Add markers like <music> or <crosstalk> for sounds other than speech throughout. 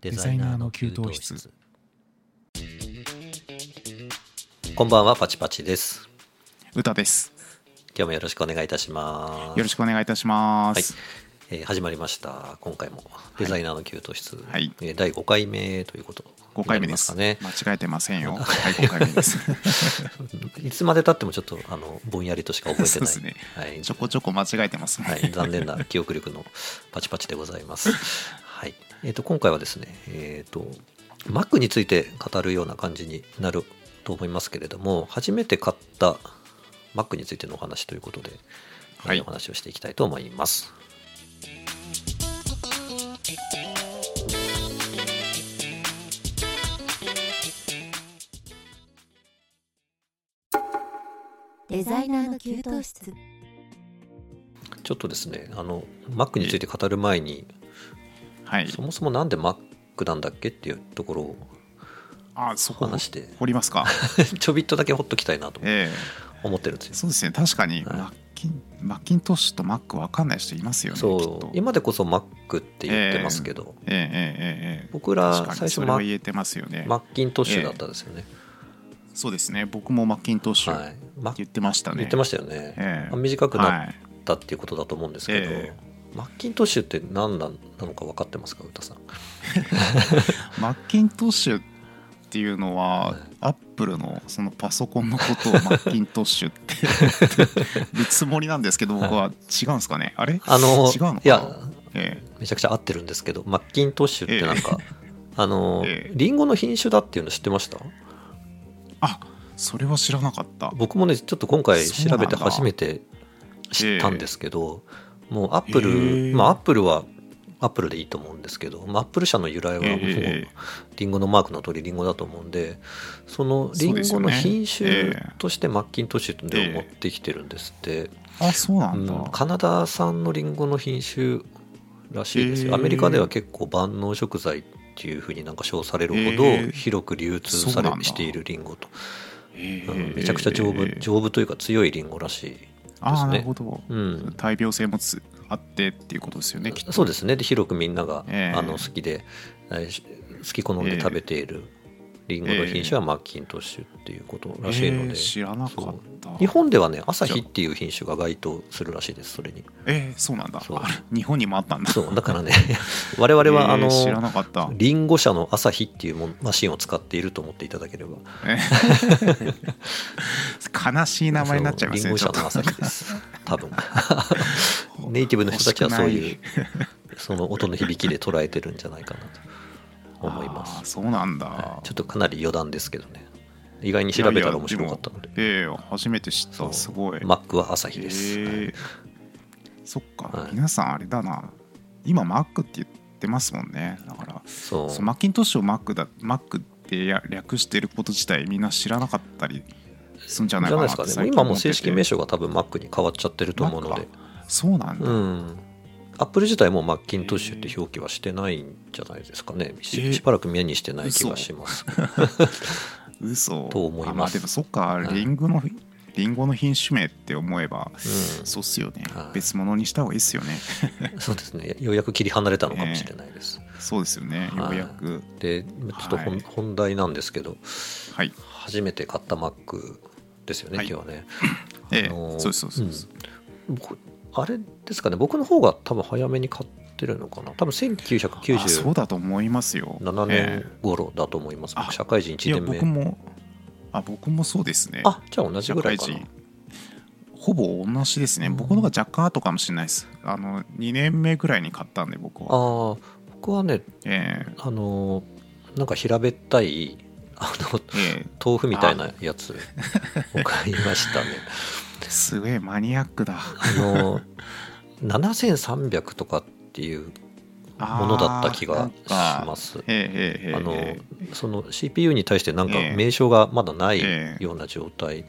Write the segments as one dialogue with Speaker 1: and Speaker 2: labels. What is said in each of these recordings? Speaker 1: デザイナーの給湯室
Speaker 2: こんばんはパチパチです
Speaker 1: 歌です
Speaker 2: 今日もよろしくお願いいたします
Speaker 1: よろしくお願いいたしま
Speaker 2: はい
Speaker 1: す、
Speaker 2: えー始まりました今回もデザイナーの給湯室、
Speaker 1: はい
Speaker 2: えー第5回目ということ
Speaker 1: 5回目です
Speaker 2: になりま
Speaker 1: 間違えてませ
Speaker 2: <laughs>
Speaker 1: んよはい5回目です
Speaker 2: かねいつまでたってもちょっとあのぼんやりとしか覚えて
Speaker 1: そう
Speaker 2: な
Speaker 1: で
Speaker 2: い
Speaker 1: すね
Speaker 2: はい
Speaker 1: ちょこちょこ間違えてますね
Speaker 2: はい、残念
Speaker 1: <laughs>
Speaker 2: な記憶力のパチパチでございます。はい、えっ、と今回はですね、えっ、と Mac について語るような感じになると思いますけれども、初めて買った Mac についてのお話ということで、
Speaker 1: はい
Speaker 2: えーお話をしていきたいと思います。
Speaker 3: デザイナーの給湯室
Speaker 2: ちょっとですね、あの Mac について語る前に、
Speaker 1: はい
Speaker 2: そもそもなんで Mac なんだっけっていうところを
Speaker 1: あそこ
Speaker 2: 話して、
Speaker 1: 掘りますか
Speaker 2: ちょびっとだけほっときたいなと
Speaker 1: え
Speaker 2: 思ってるんです
Speaker 1: え
Speaker 2: よ。
Speaker 1: そうですね確かに
Speaker 2: はい
Speaker 1: マッキンマッキントッシュとマックわかんない人いますよねきっ
Speaker 2: そう
Speaker 1: と
Speaker 2: 今でこそ Mac って言ってますけど、
Speaker 1: ええええええ
Speaker 2: 僕
Speaker 1: 確
Speaker 2: ら最
Speaker 1: かに
Speaker 2: 初
Speaker 1: それ
Speaker 2: マ
Speaker 1: は言えてますよね
Speaker 2: マッキントッシュだったんですよね。
Speaker 1: そうですね僕もマッキントッシ
Speaker 2: は
Speaker 1: ュ
Speaker 2: い。マッ
Speaker 1: 言ってましたね
Speaker 2: 言ってましたよね。
Speaker 1: ええ
Speaker 2: 短くなっ
Speaker 1: はい
Speaker 2: たっていうことだと思うんですけど、
Speaker 1: え
Speaker 2: マッキントッシュって何なのか分かってますか、歌さん。
Speaker 1: マッキントッシュっていうのは、
Speaker 2: はい
Speaker 1: アップルのそのパソコンのことをマッキントッシュ
Speaker 2: <laughs>
Speaker 1: って言うつもりなんですけど僕は違うんですかねあれ
Speaker 2: あの、
Speaker 1: 違うのかない
Speaker 2: や、
Speaker 1: え
Speaker 2: めちゃくちゃ合ってるんですけど、マッキントッシュってなんか、あの、
Speaker 1: ええ
Speaker 2: リンゴの品種だっていうの知ってました
Speaker 1: えあそれは知らなかった
Speaker 2: 僕もね、ちょっと今回
Speaker 1: そうな
Speaker 2: 調
Speaker 1: ん
Speaker 2: べ
Speaker 1: だ
Speaker 2: て初めて知ったんですけど、もうアップ
Speaker 1: え
Speaker 2: ル、
Speaker 1: え
Speaker 2: まあアップルは、アップルでいいと思うんですけど、まあ、アップル社の由来はもう
Speaker 1: ええ
Speaker 2: リンゴのマークの通りリンゴだと思うんでそのリンゴの品種としてマッキントッシュっていうのを持ってきてるんですって、
Speaker 1: あそうなんだ、
Speaker 2: うん、カナダ産のリンゴの品種らしいですよ、
Speaker 1: えー
Speaker 2: アメリカでは結構万能食材っていうふうになんか称されるほ
Speaker 1: え
Speaker 2: ど
Speaker 1: ー
Speaker 2: 広く流通さ
Speaker 1: そう
Speaker 2: れ、
Speaker 1: なんだ
Speaker 2: しているリンゴと、
Speaker 1: ええ
Speaker 2: うんめちゃくちゃ丈夫、
Speaker 1: ええ
Speaker 2: 丈夫というか強いリンゴらしい、
Speaker 1: ああなるほど、
Speaker 2: うん、
Speaker 1: 大病性もつあってっていうことですよねきっと
Speaker 2: そうですねで広くみんなが、
Speaker 1: ええ
Speaker 2: あの好きでえーし好き好んで食べているリンゴの品種はマッキントッシュっていうことらしいので、
Speaker 1: ええ知らなかった
Speaker 2: 日本ではね朝日っていう品種が該当するらしいですそ
Speaker 1: <laughs>
Speaker 2: れに
Speaker 1: ええそうなんだ
Speaker 2: そう
Speaker 1: あ日本にもあったんだ
Speaker 2: そうだからね <laughs> 我々はあ
Speaker 1: ええ知ら
Speaker 2: の
Speaker 1: なかった
Speaker 2: リンゴ社の朝日っていうもんマシンを使っていると思っていただければ
Speaker 1: え悲しい名前になっちゃいますね。
Speaker 2: <laughs> そうリンゴ社
Speaker 1: ちょ
Speaker 2: の
Speaker 1: っ
Speaker 2: 朝
Speaker 1: と
Speaker 2: 日
Speaker 1: <laughs>
Speaker 2: です多分 <laughs> ネイティブの人たちはそういう
Speaker 1: 欲
Speaker 2: その音の響きで捉えてるんじゃないかなと思いま
Speaker 1: あー
Speaker 2: す
Speaker 1: そうなんだ。
Speaker 2: はいちょっとかなり余談ですけどね意外に調べたら面白かったので
Speaker 1: いやいや。でもええ初めて知っ
Speaker 2: そう
Speaker 1: た。すごい。
Speaker 2: マックは朝日です、
Speaker 1: え
Speaker 2: はい
Speaker 1: えそっか、
Speaker 2: はい
Speaker 1: 皆さんあれだな。今 Mac って言ってますもんね。だから、
Speaker 2: そう
Speaker 1: そうマッキントッシュを Mac だ Mac ってや略してること自体みんな知らなかったりするんじゃないかな
Speaker 2: じゃないですか
Speaker 1: 最
Speaker 2: ね。
Speaker 1: 近
Speaker 2: 今もう
Speaker 1: 思ってて
Speaker 2: 正式名称が多分 Mac に変わっちゃってると思うので
Speaker 1: Mac か。そうなん
Speaker 2: う
Speaker 1: だ。
Speaker 2: ん。Apple 自体もマッキントッシュって表記はしてないんじゃないですかね。し
Speaker 1: えー
Speaker 2: しばらく目にしてない気がします。
Speaker 1: 嘘
Speaker 2: と思います
Speaker 1: あまあでもそっか
Speaker 2: い
Speaker 1: リンゴの、リンゴの品種名って思えば、
Speaker 2: うん
Speaker 1: そうっすよね、
Speaker 2: はい
Speaker 1: 別物にした方がいいっすよね
Speaker 2: <laughs>
Speaker 1: <laughs>
Speaker 2: そうですね。ようやく切り離れたのかもしれないです。
Speaker 1: そうですよねよ
Speaker 2: は
Speaker 1: う
Speaker 2: い
Speaker 1: やく
Speaker 2: で、ちょっと本,、
Speaker 1: はい
Speaker 2: 本題なんですけど、
Speaker 1: はい、
Speaker 2: 初めて買った Mac ですよね、
Speaker 1: はい
Speaker 2: 今日はね。
Speaker 1: ええ
Speaker 2: あのー
Speaker 1: そうですそうですそうです、
Speaker 2: うん僕あれですかね、僕の方が多分早めに買ってるのかな。多分
Speaker 1: あそう
Speaker 2: 1997
Speaker 1: だと思いますよえ
Speaker 2: 年頃だと思います。
Speaker 1: ええ
Speaker 2: 僕社会人
Speaker 1: えい
Speaker 2: 1
Speaker 1: や
Speaker 2: 年目
Speaker 1: 僕。もあ僕もそうですね
Speaker 2: あじゃあ同じ
Speaker 1: 社
Speaker 2: ぐらいか
Speaker 1: 会
Speaker 2: な
Speaker 1: 人ほぼ同じですね
Speaker 2: うん
Speaker 1: 僕のが若干後かもしれないですあの2年目ぐらいに買ったんで僕
Speaker 2: ああ
Speaker 1: は
Speaker 2: 僕はね
Speaker 1: ええ
Speaker 2: あのーなんか平べったいあの
Speaker 1: え
Speaker 2: 豆腐みたいなやつを買いま
Speaker 1: <laughs>
Speaker 2: したね
Speaker 1: えすげえマニアックだ
Speaker 2: あのー7300とかっていうものだった気がし
Speaker 1: す
Speaker 2: ます
Speaker 1: ええええええ
Speaker 2: あのその CPU に対してなんか
Speaker 1: ええ
Speaker 2: 名称がまだない
Speaker 1: ええ
Speaker 2: ような状態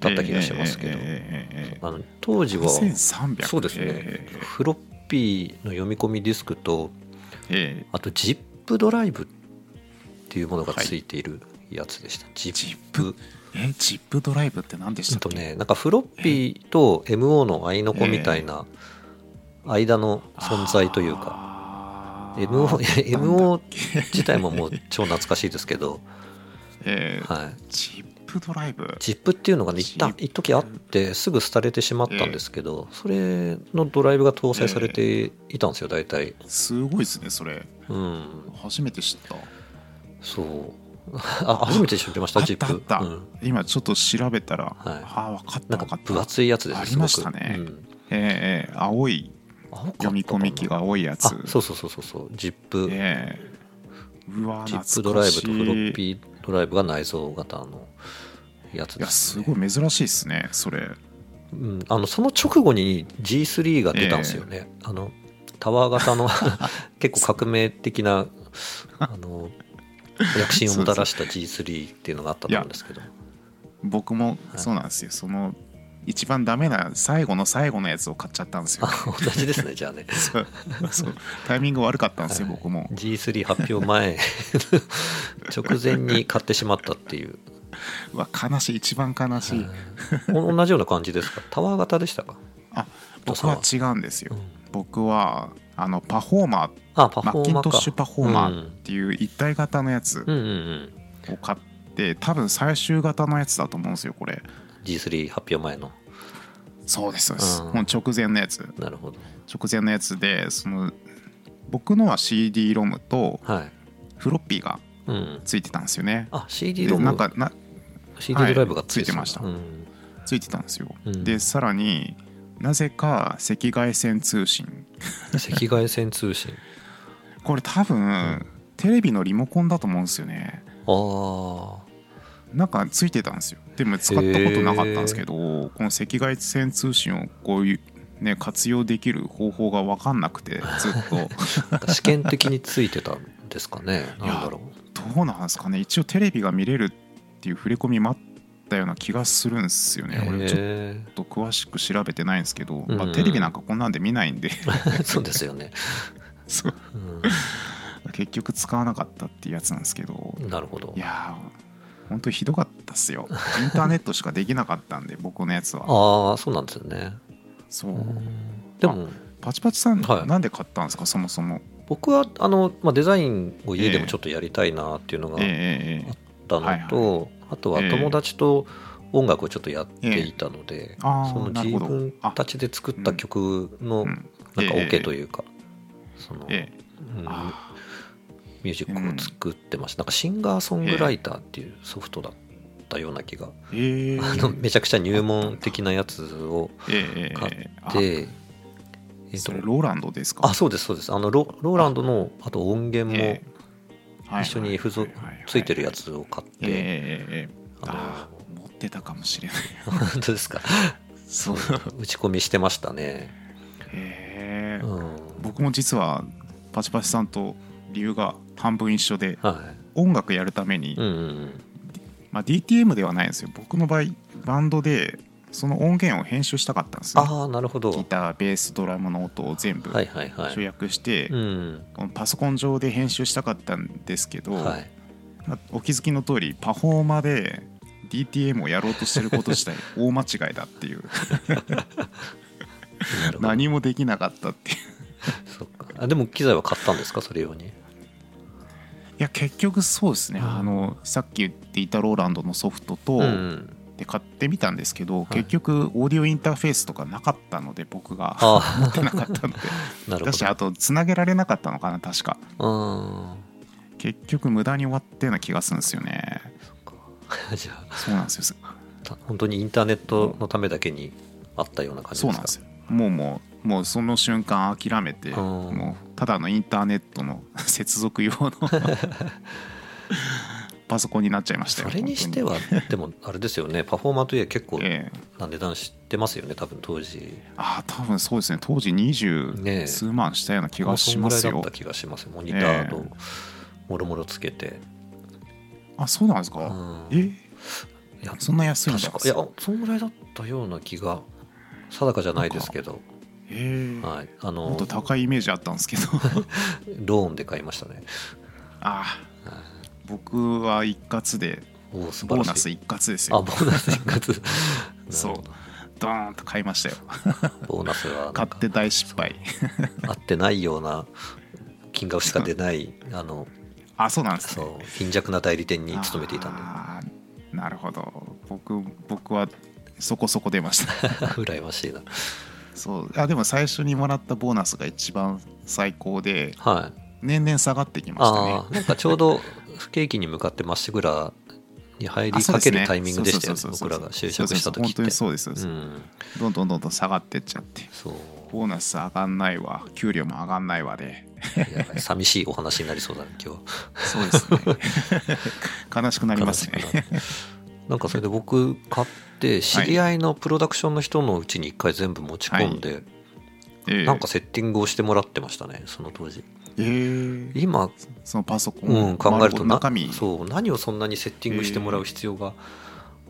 Speaker 2: だった気がしますけど、
Speaker 1: ええええええええ
Speaker 2: あの当時は
Speaker 1: 1300
Speaker 2: そうですね、
Speaker 1: ええ
Speaker 2: フロッピーの読み込みディスクと
Speaker 1: ええ
Speaker 2: あと ZIP ドライブっていうものがついているやつでした、ZIP
Speaker 1: ええチップドライブって何でし
Speaker 2: ちょ
Speaker 1: た
Speaker 2: っ
Speaker 1: っけ
Speaker 2: とねなんかフロッピーと MO の合いの子みたいな間の存在というか
Speaker 1: かあー
Speaker 2: MO,
Speaker 1: なんだ
Speaker 2: MO 自体ももう超懐かしいですけど、
Speaker 1: えー
Speaker 2: はい、
Speaker 1: チップドライブ。
Speaker 2: ジップっていうのがね一旦
Speaker 1: ZIP
Speaker 2: 一時あってすぐ廃れてしまったんですけど、それのドライブが搭載されていたんですよ大体
Speaker 1: すごいですね、それ。
Speaker 2: うん
Speaker 1: 初めて知った。
Speaker 2: そう <laughs> あ初めて知りました
Speaker 1: あっ
Speaker 2: ジッ
Speaker 1: た
Speaker 2: プ
Speaker 1: あった
Speaker 2: うん、
Speaker 1: 今ちょっと調べたら、
Speaker 2: はい
Speaker 1: ああ、分かった
Speaker 2: なん
Speaker 1: 分か
Speaker 2: か
Speaker 1: った。
Speaker 2: 分厚いやつです
Speaker 1: ありましたね
Speaker 2: すごくうん
Speaker 1: えーえー青い
Speaker 2: 青かったかな
Speaker 1: 読み込み機が青いやつ。
Speaker 2: あそうそうそうそうそうジップ、
Speaker 1: ええうわ
Speaker 2: ジ
Speaker 1: 懐かし
Speaker 2: ッ
Speaker 1: い
Speaker 2: プドライブとフロッピードライブが内蔵型のやつ
Speaker 1: い
Speaker 2: で
Speaker 1: や
Speaker 2: す、
Speaker 1: す
Speaker 2: ね
Speaker 1: ごい珍しいですねそれ
Speaker 2: うん、あのその直後に G3 が出たんですよね、あのタワー型
Speaker 1: <laughs>
Speaker 2: の結構革命的なあの躍進をもたらした G3 っていうのがあったと思うんですけど
Speaker 1: 僕も
Speaker 2: はい
Speaker 1: そうなんですよ、その一番ダメな最後の最後のやつを買っちゃったんですよ
Speaker 2: あ同じですねじゃあね
Speaker 1: <laughs> そうそうタイミング悪かったんですよ、
Speaker 2: はい
Speaker 1: 僕も
Speaker 2: G3 発表前 <laughs> 直前に買ってしまったっていう、
Speaker 1: うわ悲しい一番悲しい、
Speaker 2: うん同じような感じですかタワー型でしたか、
Speaker 1: あ僕は違うんですよ、
Speaker 2: うん
Speaker 1: 僕はあのパフォーマ
Speaker 2: あパ
Speaker 1: ー
Speaker 2: フ
Speaker 1: マ
Speaker 2: ォ
Speaker 1: ッキ
Speaker 2: ーマ
Speaker 1: ン
Speaker 2: ーか
Speaker 1: トッシュパフォーマーっていう一体型のやつ
Speaker 2: うんうんうん
Speaker 1: を買って多分最終型のやつだと思うんですよこれ
Speaker 2: G3 発表前の
Speaker 1: そうですそうです、
Speaker 2: うん
Speaker 1: もう直前のやつ
Speaker 2: なるほど
Speaker 1: 直前のやつでその僕のは CD ロムと
Speaker 2: はい
Speaker 1: フロッピーが
Speaker 2: うん
Speaker 1: ついてたんですよね
Speaker 2: あ
Speaker 1: で
Speaker 2: CD ロム
Speaker 1: なんかな
Speaker 2: CD
Speaker 1: はい
Speaker 2: ドライブが
Speaker 1: ついてました
Speaker 2: うん
Speaker 1: ついてたんですよ、
Speaker 2: うん
Speaker 1: でさらになぜか赤外線通信
Speaker 2: 赤外線通信
Speaker 1: これ多分、テレビのリモコンだと思うんですよね
Speaker 2: <laughs> あ
Speaker 1: なんかついてたんですよでも使ったことなかったんですけどこの赤外線通信をこういうね活用できる方法が分かんなくてずっ
Speaker 2: <laughs>
Speaker 1: と
Speaker 2: あ試験的についてたんですかね
Speaker 1: いや
Speaker 2: なんだろ
Speaker 1: どうなんですかね一応テレビが見れるっていう触れ込みもあったような気がするんですよ
Speaker 2: う
Speaker 1: ね俺ちょっ
Speaker 2: へ
Speaker 1: と詳しく調べてないんですけど、
Speaker 2: うん
Speaker 1: まあ、テレビなんかこんなんで見ないんで
Speaker 2: <laughs> えそうですよね、
Speaker 1: そう
Speaker 2: う
Speaker 1: 結局使わなかったっていうやつなんですけど
Speaker 2: ん、なるほど
Speaker 1: いやー本当にひどかったっすよインターネットしかできなかったんで <laughs> 僕のやつは
Speaker 2: ああそうなんですよね
Speaker 1: そう
Speaker 2: うんでも
Speaker 1: パチパチさん、
Speaker 2: はい
Speaker 1: なんで買ったんですかそもそも
Speaker 2: 僕はあの、まあ、デザインを家でもちょっとやりたいなっていうのがあっ
Speaker 1: ええええええ
Speaker 2: たの
Speaker 1: は
Speaker 2: とあとは
Speaker 1: ええ
Speaker 2: 友達と音楽をちょっとやっていたので
Speaker 1: あ
Speaker 2: そ
Speaker 1: あ
Speaker 2: の
Speaker 1: なる
Speaker 2: 自
Speaker 1: ほど
Speaker 2: 分
Speaker 1: あ
Speaker 2: たちで作った曲
Speaker 1: う
Speaker 2: のなん
Speaker 1: ん
Speaker 2: か
Speaker 1: ええええ
Speaker 2: OK というかその
Speaker 1: ええ
Speaker 2: うん
Speaker 1: あ
Speaker 2: ミュージックを作ってました、なんかシンガーソングライターっていうソフトだったような気が、
Speaker 1: ーええ
Speaker 2: あのめちゃくちゃ入門的なやつを
Speaker 1: えええ
Speaker 2: 買っ
Speaker 1: えあ
Speaker 2: で、えっ
Speaker 1: そ
Speaker 2: と
Speaker 1: れローランドですか
Speaker 2: あそうですそうですあのロローランドのあと音源も
Speaker 1: ええはい
Speaker 2: 一緒に付属
Speaker 1: はいはいはい
Speaker 2: ついてるやつを買っ
Speaker 1: ええ
Speaker 2: て、
Speaker 1: ええええあ
Speaker 2: あ
Speaker 1: あ持ってたかもし
Speaker 2: <laughs>
Speaker 1: れない
Speaker 2: の <laughs> 本当ですか <laughs>
Speaker 1: そう
Speaker 2: 打ち込みしてましたね、
Speaker 1: ええ
Speaker 2: うん、
Speaker 1: 僕も実はパチパチさんと理由が半分一緒で
Speaker 2: は
Speaker 1: 音楽やるために、
Speaker 2: いうんうん
Speaker 1: まあ、DTM ではないんですよ僕の場合バンドでその音源を編集したかったんですよ
Speaker 2: ああなるほ
Speaker 1: ギ
Speaker 2: ど
Speaker 1: ターベースドラムの音を全部
Speaker 2: はいはいはい
Speaker 1: 集約して、
Speaker 2: うん
Speaker 1: このパソコン上で編集したかったんですけど、
Speaker 2: はい
Speaker 1: まあお気づきの通りパフォーマーで DTM をやろうとしてること自
Speaker 2: <laughs>
Speaker 1: 体大間違いだっていう
Speaker 2: なるほど
Speaker 1: 何もできなかったっていう
Speaker 2: そっかあでも機材は買ったんですかそれ用に
Speaker 1: いや結局そうですね、
Speaker 2: うん
Speaker 1: あのさっき言っていたローランドのソフトと、
Speaker 2: うんうん
Speaker 1: で買ってみたんですけど、
Speaker 2: い
Speaker 1: 結局オーディオインターフェースとかなかったので僕が
Speaker 2: あ
Speaker 1: 持って <laughs> なかったので
Speaker 2: <laughs> なるほ
Speaker 1: だしあとつなげられなかったのかな確か
Speaker 2: ど。
Speaker 1: 結局無駄に終わったような気がするんですよね
Speaker 2: うん。じゃあ
Speaker 1: そうなんですよ
Speaker 2: た、本当にインターネットのためだけにあったような感じ
Speaker 1: そう
Speaker 2: ですか
Speaker 1: なんですよもうもうもうその瞬間諦めて
Speaker 2: うん
Speaker 1: もうただのインターネットの <laughs> 接続用の <laughs> パソコンになっちゃいましたよ
Speaker 2: それにしては、でもあれですよね、パフォーマーといえ結構
Speaker 1: 本当にええ
Speaker 2: な値段知ってますよね、多分当時。
Speaker 1: ああ多分そうですね当時二
Speaker 2: ね
Speaker 1: 十
Speaker 2: え
Speaker 1: 数万したような気がします
Speaker 2: そんぐらいだ
Speaker 1: よ
Speaker 2: った気がします。モニター
Speaker 1: え
Speaker 2: ともろもろつけて。
Speaker 1: あそうなんですか、
Speaker 2: うん
Speaker 1: え
Speaker 2: いや、
Speaker 1: そんな安いんだ
Speaker 2: 確か、いや、そんぐらいだったような気が、定かじゃないですけど、
Speaker 1: ええ
Speaker 2: はい。あ
Speaker 1: もっ
Speaker 2: の
Speaker 1: と、高いイメージあったんですけど
Speaker 2: ローンで買いましたね。
Speaker 1: ああ僕は一括で
Speaker 2: おお、素晴
Speaker 1: ボ
Speaker 2: ら
Speaker 1: ーナ
Speaker 2: し
Speaker 1: ス
Speaker 2: い。
Speaker 1: 一括です
Speaker 2: あ、
Speaker 1: よ
Speaker 2: ボーナス一括。
Speaker 1: <laughs> そう
Speaker 2: <laughs> なるほ
Speaker 1: ドーンと買いましたよ
Speaker 2: どボーナスはなんか
Speaker 1: 買って大失敗
Speaker 2: 合ってないようなき金額しか出ないあの
Speaker 1: あそうなんですね
Speaker 2: そう貧弱な代理店に勤めていたんで
Speaker 1: あーなるほど僕僕はそこそこ出ました
Speaker 2: <laughs> 羨ましいな
Speaker 1: そうあでも最初にもらったボーナスが一番最高で
Speaker 2: はい
Speaker 1: 年々下がってきましたね
Speaker 2: ああなんかちょうど不景気に向かってまっしぐらに入り
Speaker 1: あそう
Speaker 2: か
Speaker 1: です
Speaker 2: け
Speaker 1: ね
Speaker 2: るタイミングでしたよね
Speaker 1: そうそうそうそう
Speaker 2: 僕らが就職した時って
Speaker 1: そうそうそう本当にそうで
Speaker 2: ん
Speaker 1: す、どんどんどんどん下がってっちゃって
Speaker 2: そう
Speaker 1: ボーナス上がんないわ給料も上がんないわで
Speaker 2: やばい寂しいお話になりそうだね
Speaker 1: <laughs>
Speaker 2: 今日
Speaker 1: そうですね <laughs> 悲しくなりますね
Speaker 2: 悲しくなるなんかそれで僕買って知り合いのプロダクションの人のうちに一回全部持ち込んで、
Speaker 1: <laughs> ええ
Speaker 2: なんかセッティングをしてもらってましたねその当時
Speaker 1: ええ
Speaker 2: 今、
Speaker 1: そのパソコン、
Speaker 2: うん、考えるとな
Speaker 1: 中身
Speaker 2: そう何をそんなにセッティングしてもらう必要が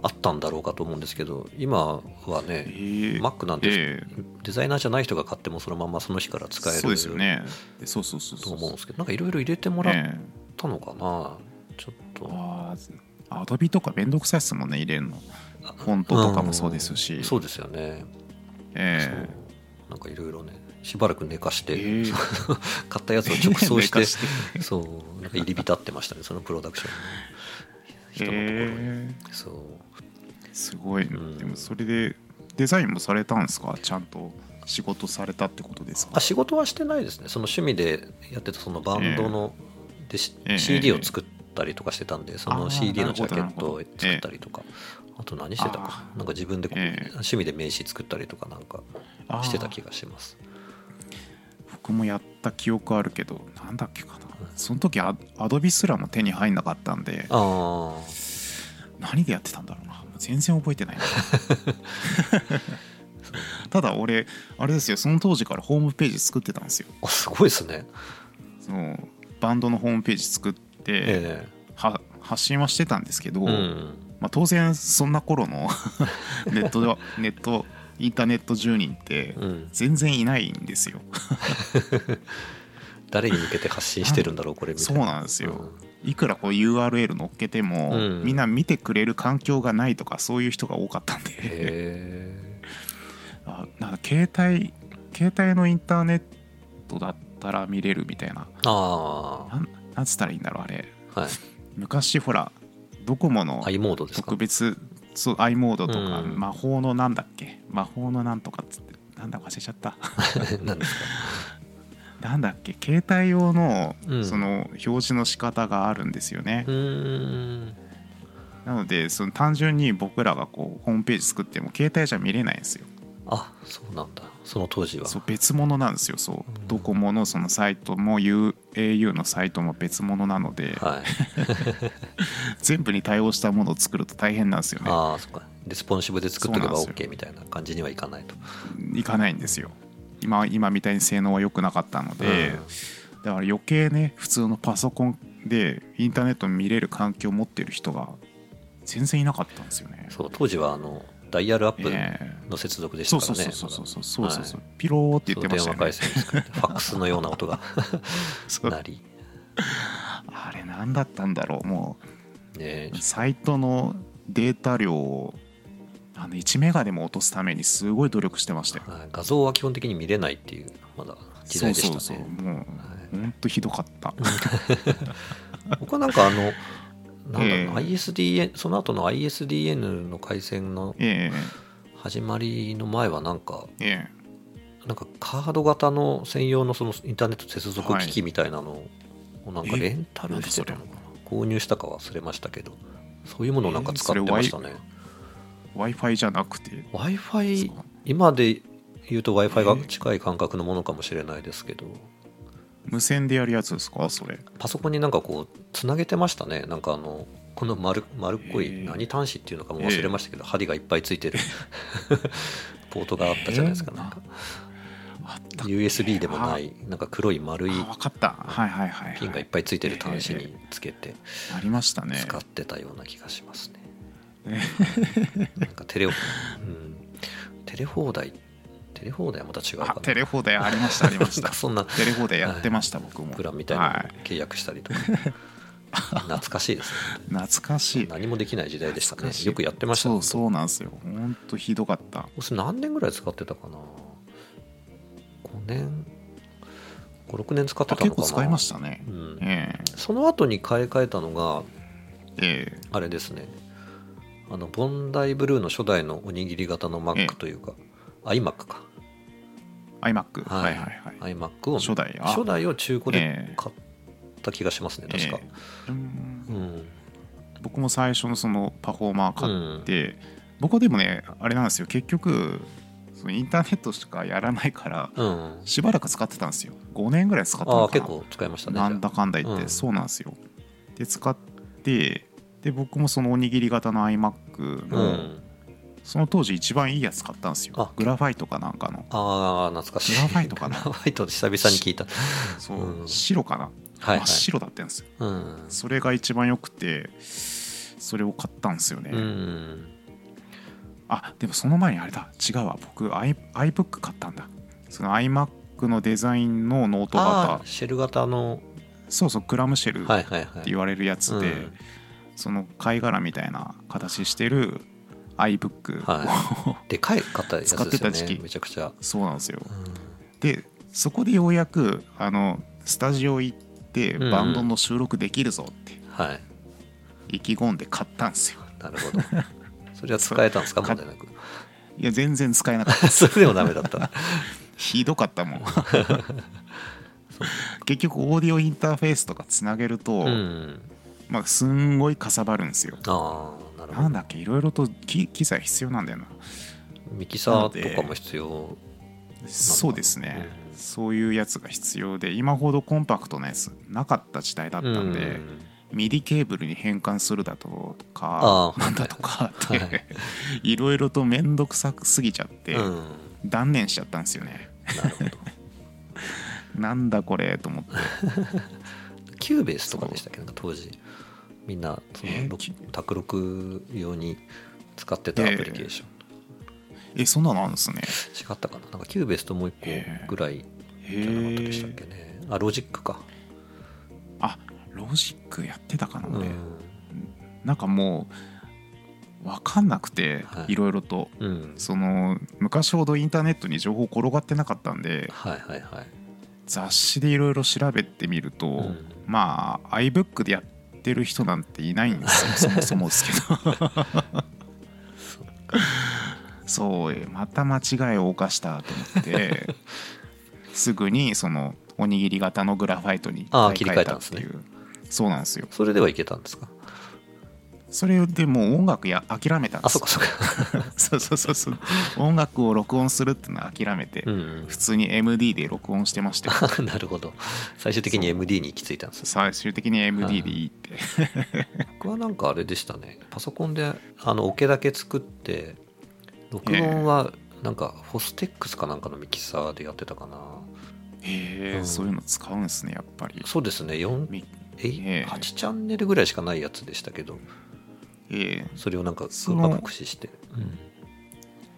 Speaker 2: あったんだろうかと思うんですけど今はね
Speaker 1: ええ
Speaker 2: Mac なんです
Speaker 1: ええ
Speaker 2: デザイナーじゃない人が買ってもそのままその日から使える
Speaker 1: そうですよねそうそうそう
Speaker 2: と
Speaker 1: そう
Speaker 2: 思うんですけどなんかいろいろ入れてもらっ
Speaker 1: ええ
Speaker 2: たのかな、ちょっと
Speaker 1: ああアドビとかめんどくさいですもんね入れるのフォントとかもそうですし、
Speaker 2: うんそうですよね、
Speaker 1: え
Speaker 2: そうなんかいろいろねしばらく寝かし
Speaker 1: え
Speaker 2: て、
Speaker 1: ええ
Speaker 2: <laughs> 買ったやつを直送し
Speaker 1: 寝
Speaker 2: て
Speaker 1: かして
Speaker 2: そうなんか入り浸ってましたねそのプロダクションの人のところに、
Speaker 1: え
Speaker 2: そう
Speaker 1: えすごい、
Speaker 2: ん
Speaker 1: でもそれでデザインもされたんですかちゃんと仕事されたってことですか
Speaker 2: あ仕事はしてないですねその趣味でやってたそのバンドの、でし
Speaker 1: ええ
Speaker 2: CD を作ったりとかしてたんでそ
Speaker 1: あ
Speaker 2: の
Speaker 1: ー
Speaker 2: CD のジャケ
Speaker 1: なる
Speaker 2: ッ
Speaker 1: ほど
Speaker 2: トを
Speaker 1: なるほど
Speaker 2: 作ったりとか、あと何してたか
Speaker 1: あ
Speaker 2: なんか自分でこう、
Speaker 1: ええ
Speaker 2: 趣味で名刺作ったりとかなんか
Speaker 1: あー
Speaker 2: してた気がします
Speaker 1: 僕もやった記憶あるけどなんだっけかなその時アアドビすらも手に入んなかったんで
Speaker 2: ああ
Speaker 1: 何でやってたんだろうな全然覚えてない
Speaker 2: <laughs>
Speaker 1: なただ俺あれですよその当時からホームページ作ってたんですよ
Speaker 2: あすごいですね
Speaker 1: そのバンドのホームページ作って、
Speaker 2: え
Speaker 1: は発信はしてたんですけど、
Speaker 2: えうん
Speaker 1: まあ、当然そんな頃の <laughs> ネットでネットインターネット住人って
Speaker 2: うん
Speaker 1: 全然いないんですよ。
Speaker 2: 誰に向けて発信してるんだ
Speaker 1: <laughs>
Speaker 2: ろうこれみた
Speaker 1: そ
Speaker 2: いうな
Speaker 1: なんですよ、いくらこう URL 乗っけても、
Speaker 2: うん
Speaker 1: みんな見てくれる環境がないとかそういう人が多かったん
Speaker 2: へ
Speaker 1: で
Speaker 2: え
Speaker 1: あなんか携帯携帯のインターネットだったら見れるみたいな
Speaker 2: あ
Speaker 1: なんなんつったらいいんだろうあれ
Speaker 2: あはい
Speaker 1: 昔ほらドコモの
Speaker 2: i モードですか
Speaker 1: 特別そう i モードとか、
Speaker 2: うん
Speaker 1: 魔法のなんだっけ魔法のなんとかっつってなんだか忘れちゃった <laughs>
Speaker 2: 何ですか
Speaker 1: なんだっけ携帯用の、
Speaker 2: うん
Speaker 1: その表示の仕方があるんですよね
Speaker 2: う、ーん
Speaker 1: なのでその単純に僕らがこうホームページ作っても携帯じゃ見れないんですよ
Speaker 2: あそうなんだその当時は
Speaker 1: そう別物なんですよそう、
Speaker 2: うん
Speaker 1: ドコモのそのサイトも U au のサイトも別物なので、
Speaker 2: はい
Speaker 1: 全部に対応したものを作ると大変なんですよね
Speaker 2: ああそっかレスポンシブで作っとけば
Speaker 1: そうなんです
Speaker 2: OK みたいな感じにはいかないと
Speaker 1: いかないんですよ今今みたいに性能は良くなかったので、
Speaker 2: うん
Speaker 1: だから余計ね普通のパソコンでインターネット見れる環境を持ってる人が全然いなかったんですよね。
Speaker 2: そう当時はあのダイヤルアップ
Speaker 1: ええ
Speaker 2: の接続でし
Speaker 1: そ
Speaker 2: た
Speaker 1: う
Speaker 2: か
Speaker 1: そう
Speaker 2: らね
Speaker 1: そうそうそうそうそうそう
Speaker 2: はい
Speaker 1: ピローって言ってま
Speaker 2: 電
Speaker 1: し
Speaker 2: 話
Speaker 1: たよね
Speaker 2: 回。線を作ってファックスのような音が
Speaker 1: そう
Speaker 2: なり、
Speaker 1: あれ何だったんだろうも
Speaker 2: ね、
Speaker 1: うサイトのデータ量をあの1メガでも落とすためにすごい努力してましたよ。
Speaker 2: はい画像は基本的に見れないっていうまだ時代でしたね
Speaker 1: そうそうそうも
Speaker 2: はいう
Speaker 1: 本当ひどか
Speaker 2: <laughs>
Speaker 1: った。
Speaker 2: 僕はなんかあのなんだろうな
Speaker 1: え
Speaker 2: ISDN その後の ISDN の回線の
Speaker 1: え
Speaker 2: 始まりの前はなんか
Speaker 1: ええ
Speaker 2: なんかカード型の専用のそのインターネット接続機器みたいなのをなんか
Speaker 1: え
Speaker 2: レンタルしてたのかな購入したか忘れましたけどそういうものをなんか使ってましたね、
Speaker 1: え w i f i じゃなくて
Speaker 2: w i f
Speaker 1: そう
Speaker 2: i 今で言うと w i f i
Speaker 1: え
Speaker 2: が近い感覚のものかもしれないですけど
Speaker 1: 無線でやるやつですかそれ。
Speaker 2: パソコンになんかこうつなげてましたねなんかあのこの丸丸っこい、
Speaker 1: ええ
Speaker 2: 何端子っていうのかも忘れましたけど、針がいっぱいつい
Speaker 1: <laughs>
Speaker 2: てるポートがあったじゃないですか,、
Speaker 1: ええ
Speaker 2: なんか
Speaker 1: あった
Speaker 2: USB でもないなんか黒い丸い
Speaker 1: あ分かったはいはいはい、はい、
Speaker 2: ピンがいっぱいついてる端子につけて
Speaker 1: ありましたね
Speaker 2: 使ってたような気がしますね。なんかテレ,、うん、テレ放題テレ放題はまた違う
Speaker 1: あ
Speaker 2: か
Speaker 1: テレ放題ありましたありまし
Speaker 2: な。なん
Speaker 1: た
Speaker 2: <laughs> かそんな
Speaker 1: テレ放題やってました、僕も
Speaker 2: プランみたいなの
Speaker 1: は
Speaker 2: 契約したりとか、懐かしいです
Speaker 1: い、懐かし
Speaker 2: ね。
Speaker 1: <laughs> い
Speaker 2: 何もできない時代でしたね
Speaker 1: 懐か。しい
Speaker 2: よくやってました
Speaker 1: そ
Speaker 2: ね
Speaker 1: う。そうなんですよほんとひどかった
Speaker 2: それ何年ぐらい使ってたかな5年56年使って
Speaker 1: あ
Speaker 2: たの
Speaker 1: 結
Speaker 2: かな
Speaker 1: 構使いましたね
Speaker 2: う。ん、
Speaker 1: え
Speaker 2: その後に買い替えたのが
Speaker 1: ええ
Speaker 2: あれですねあのボンダイブルーの初代のおにぎり型の
Speaker 1: ええ
Speaker 2: Mac というか、iMac か
Speaker 1: え iMac、
Speaker 2: は
Speaker 1: はいい、はいはいはい
Speaker 2: iMac を
Speaker 1: 初代あ
Speaker 2: 初代を中古
Speaker 1: え
Speaker 2: で
Speaker 1: え
Speaker 2: 買った気がしますね、確か
Speaker 1: え、えうん
Speaker 2: うん
Speaker 1: 僕も最初のそのパフォーマー買って、僕はでもねあれなんですよ結局そのインターネットしかやらないから
Speaker 2: うん
Speaker 1: しばらく使ってたんですよ5年ぐらい使った
Speaker 2: あ
Speaker 1: の
Speaker 2: あ
Speaker 1: か
Speaker 2: 結
Speaker 1: な
Speaker 2: 構使いましたね
Speaker 1: なんだかんだ言って、
Speaker 2: うん
Speaker 1: そうなんですよで使ってで僕もそのおにぎり型の iMac
Speaker 2: じゃあう
Speaker 1: の、
Speaker 2: ん、
Speaker 1: その当時一番いいやつ買ったんですよ
Speaker 2: あ
Speaker 1: グラファイトかなんかの
Speaker 2: ああ懐かしい
Speaker 1: グラファイ
Speaker 2: <laughs>
Speaker 1: トかな
Speaker 2: グラファイトで久々に聞いた
Speaker 1: そう、
Speaker 2: うん
Speaker 1: 白かな、
Speaker 2: はいは
Speaker 1: 真
Speaker 2: い
Speaker 1: っ白だったんですよ
Speaker 2: うん、
Speaker 1: それが一番良くてそれを買ったんですよね、
Speaker 2: うん、
Speaker 1: あでもその前にあれだ違うわ僕 i- iBook 買ったんだその iMac のデザインのノート
Speaker 2: あ
Speaker 1: 型
Speaker 2: ーシェル型の
Speaker 1: そうそうクラムシェル
Speaker 2: は
Speaker 1: っ
Speaker 2: いはいはい
Speaker 1: て言われるやつで、
Speaker 2: うん
Speaker 1: その貝殻みたいな形してる iBook、
Speaker 2: はでかい方やつ
Speaker 1: 使っ
Speaker 2: で
Speaker 1: て
Speaker 2: すよ
Speaker 1: た時
Speaker 2: ね
Speaker 1: 期
Speaker 2: めちゃくちゃ、
Speaker 1: <laughs> そうなんですよ
Speaker 2: うん
Speaker 1: でそこでようやくあのスタジオ行って
Speaker 2: うん
Speaker 1: バンドの収録できるぞって
Speaker 2: はい
Speaker 1: 意気込んで買ったんですよ
Speaker 2: なる <laughs> ほどそれは使えたんですか問題なく
Speaker 1: いや全然使えなかっ
Speaker 2: <laughs>
Speaker 1: た
Speaker 2: それでもダメだった
Speaker 1: ひどかったもん結局オーディオインターフェースとかつなげると、
Speaker 2: <laughs> うん
Speaker 1: まあ、すんごいかさばるんですよ。
Speaker 2: ああなるほ
Speaker 1: な
Speaker 2: ど
Speaker 1: んだっけ、いろいろと機機材必要なんだよな。
Speaker 2: ミキサーとかも必要
Speaker 1: そうですね、
Speaker 2: うん
Speaker 1: そういうやつが必要で、今ほどコンパクトなやつなかった時代だったんで、
Speaker 2: うん
Speaker 1: ミディケーブルに変換するだと
Speaker 2: あ
Speaker 1: か
Speaker 2: ー、
Speaker 1: なんだとかっ
Speaker 2: はい
Speaker 1: て、
Speaker 2: はい
Speaker 1: い、 <laughs> ろいろと面倒くさすぎちゃって、
Speaker 2: うん、
Speaker 1: 断念しちゃったんですよね。
Speaker 2: なるほど
Speaker 1: <laughs> なんだこれと思って。
Speaker 2: キューベースとかでしたっけなんか当時みんなそ
Speaker 1: えー
Speaker 2: の
Speaker 1: キュ
Speaker 2: 卓録用に使ってたアプリケーション、
Speaker 1: え、そんなのあるんですね。
Speaker 2: 違ったかななんかキューベースともう一個ぐらいじゃなかったでしたっけ
Speaker 1: へえ。
Speaker 2: ねあロジックか、
Speaker 1: あロジックやってたかな、
Speaker 2: う
Speaker 1: 俺
Speaker 2: ん
Speaker 1: なんかもう、わかんなくて
Speaker 2: は、い
Speaker 1: いろいろと。
Speaker 2: うん、
Speaker 1: その昔ほどインターネットに情報転がってなかったんで
Speaker 2: はいはいはい
Speaker 1: 雑誌でいろいろ調べてみると、
Speaker 2: ん
Speaker 1: まあ iBook でやってる人なんていないん
Speaker 2: <laughs>
Speaker 1: ですよそもそもですけどそうえまた間違いを犯したと思ってすぐにそのおにぎり型のグラファイトに
Speaker 2: あー
Speaker 1: 買い替えたってい
Speaker 2: 切り替え
Speaker 1: う、そうなんですよ
Speaker 2: それではいけたんですか
Speaker 1: それでもう音楽や諦めたんで
Speaker 2: あ
Speaker 1: す
Speaker 2: そ
Speaker 1: よ
Speaker 2: っかそっか
Speaker 1: そうそうそうそう音楽を録音するっていうのは諦めて、
Speaker 2: うん <laughs>
Speaker 1: 普通に MD で録音してましたよ
Speaker 2: なるほど最終的に MD に行き着いたんです
Speaker 1: 最終的に MD でいいって、
Speaker 2: 僕はなんかあれでしたねパソコンであのオケだけ作って録音はなんかフォステックスかなんかのミキサーでやってたかな
Speaker 1: へえ、
Speaker 2: うん
Speaker 1: そういうの使うんですねやっぱり
Speaker 2: そうですね4
Speaker 1: み
Speaker 2: えい
Speaker 1: ええ
Speaker 2: 8チャンネルぐらいしかないやつでしたけど
Speaker 1: ええ
Speaker 2: それをなんかう
Speaker 1: そ
Speaker 2: ま
Speaker 1: の
Speaker 2: く駆使して、うん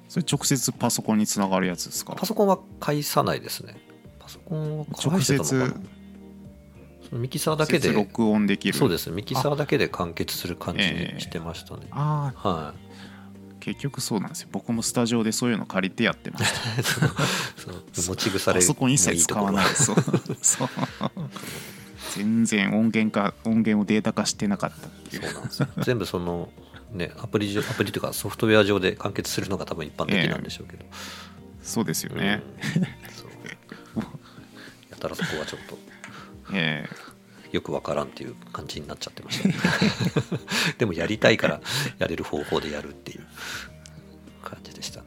Speaker 1: それ直接パソコンにつながるやつですか
Speaker 2: パソコンは返さないですねパソコンは返
Speaker 1: 直
Speaker 2: して
Speaker 1: 接
Speaker 2: たのかなそのミキサーだけ
Speaker 1: 直接
Speaker 2: で
Speaker 1: 録音できる
Speaker 2: そうですミキサーだけで完結する感じにしてましたね、
Speaker 1: ああ
Speaker 2: はい
Speaker 1: 結局そうなんですよ僕もスタジオでそういうの借りてやってました
Speaker 2: <laughs> その持ち腐れ
Speaker 1: パソコン一切使わない
Speaker 2: い
Speaker 1: そうそう全然音源化音源をデータ化してなかったってい
Speaker 2: と
Speaker 1: う
Speaker 2: ころそうなんですよ全部そのねアプリ上アプリというかソフトウェア上で完結するのが多分一般的なんでしょうけど、
Speaker 1: そうですよね、
Speaker 2: うんそうやたらそこはちょっと
Speaker 1: ええ
Speaker 2: よくわからんっていう感じになっちゃってました、
Speaker 1: <laughs>
Speaker 2: ね、でもやりたいからやれる方法でやるっていう感じでしたね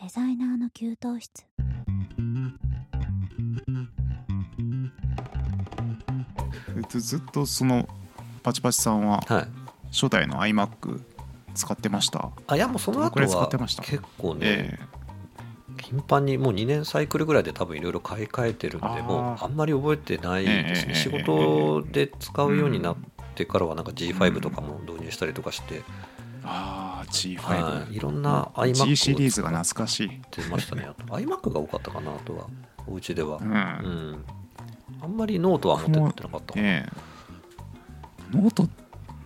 Speaker 3: デザイナーの給湯室
Speaker 1: ずずっとそのパチパチさんは
Speaker 2: はい
Speaker 1: 初代の iMac 使ってました
Speaker 2: あいやもうその
Speaker 1: どのく
Speaker 2: 後
Speaker 1: らい使
Speaker 2: は
Speaker 1: ってました
Speaker 2: 結構ね、
Speaker 1: ええ
Speaker 2: 頻繁にもう2年サイクルぐらいで多分いろいろ買い替えてるんで
Speaker 1: あー
Speaker 2: もうあんまり覚えてないですね、
Speaker 1: ええ
Speaker 2: 仕事で使うようになってからはなんか G5 とかも導入したりとかして、
Speaker 1: ああ、G5
Speaker 2: は。い、いろんな iMac
Speaker 1: G シリーズが懐かしい。
Speaker 2: 出ましたね。あと iMac が多かったかな、あとは、お家では
Speaker 1: う。。
Speaker 2: うんん。あんまりノートは持ってってなかったかな。
Speaker 1: ええノート、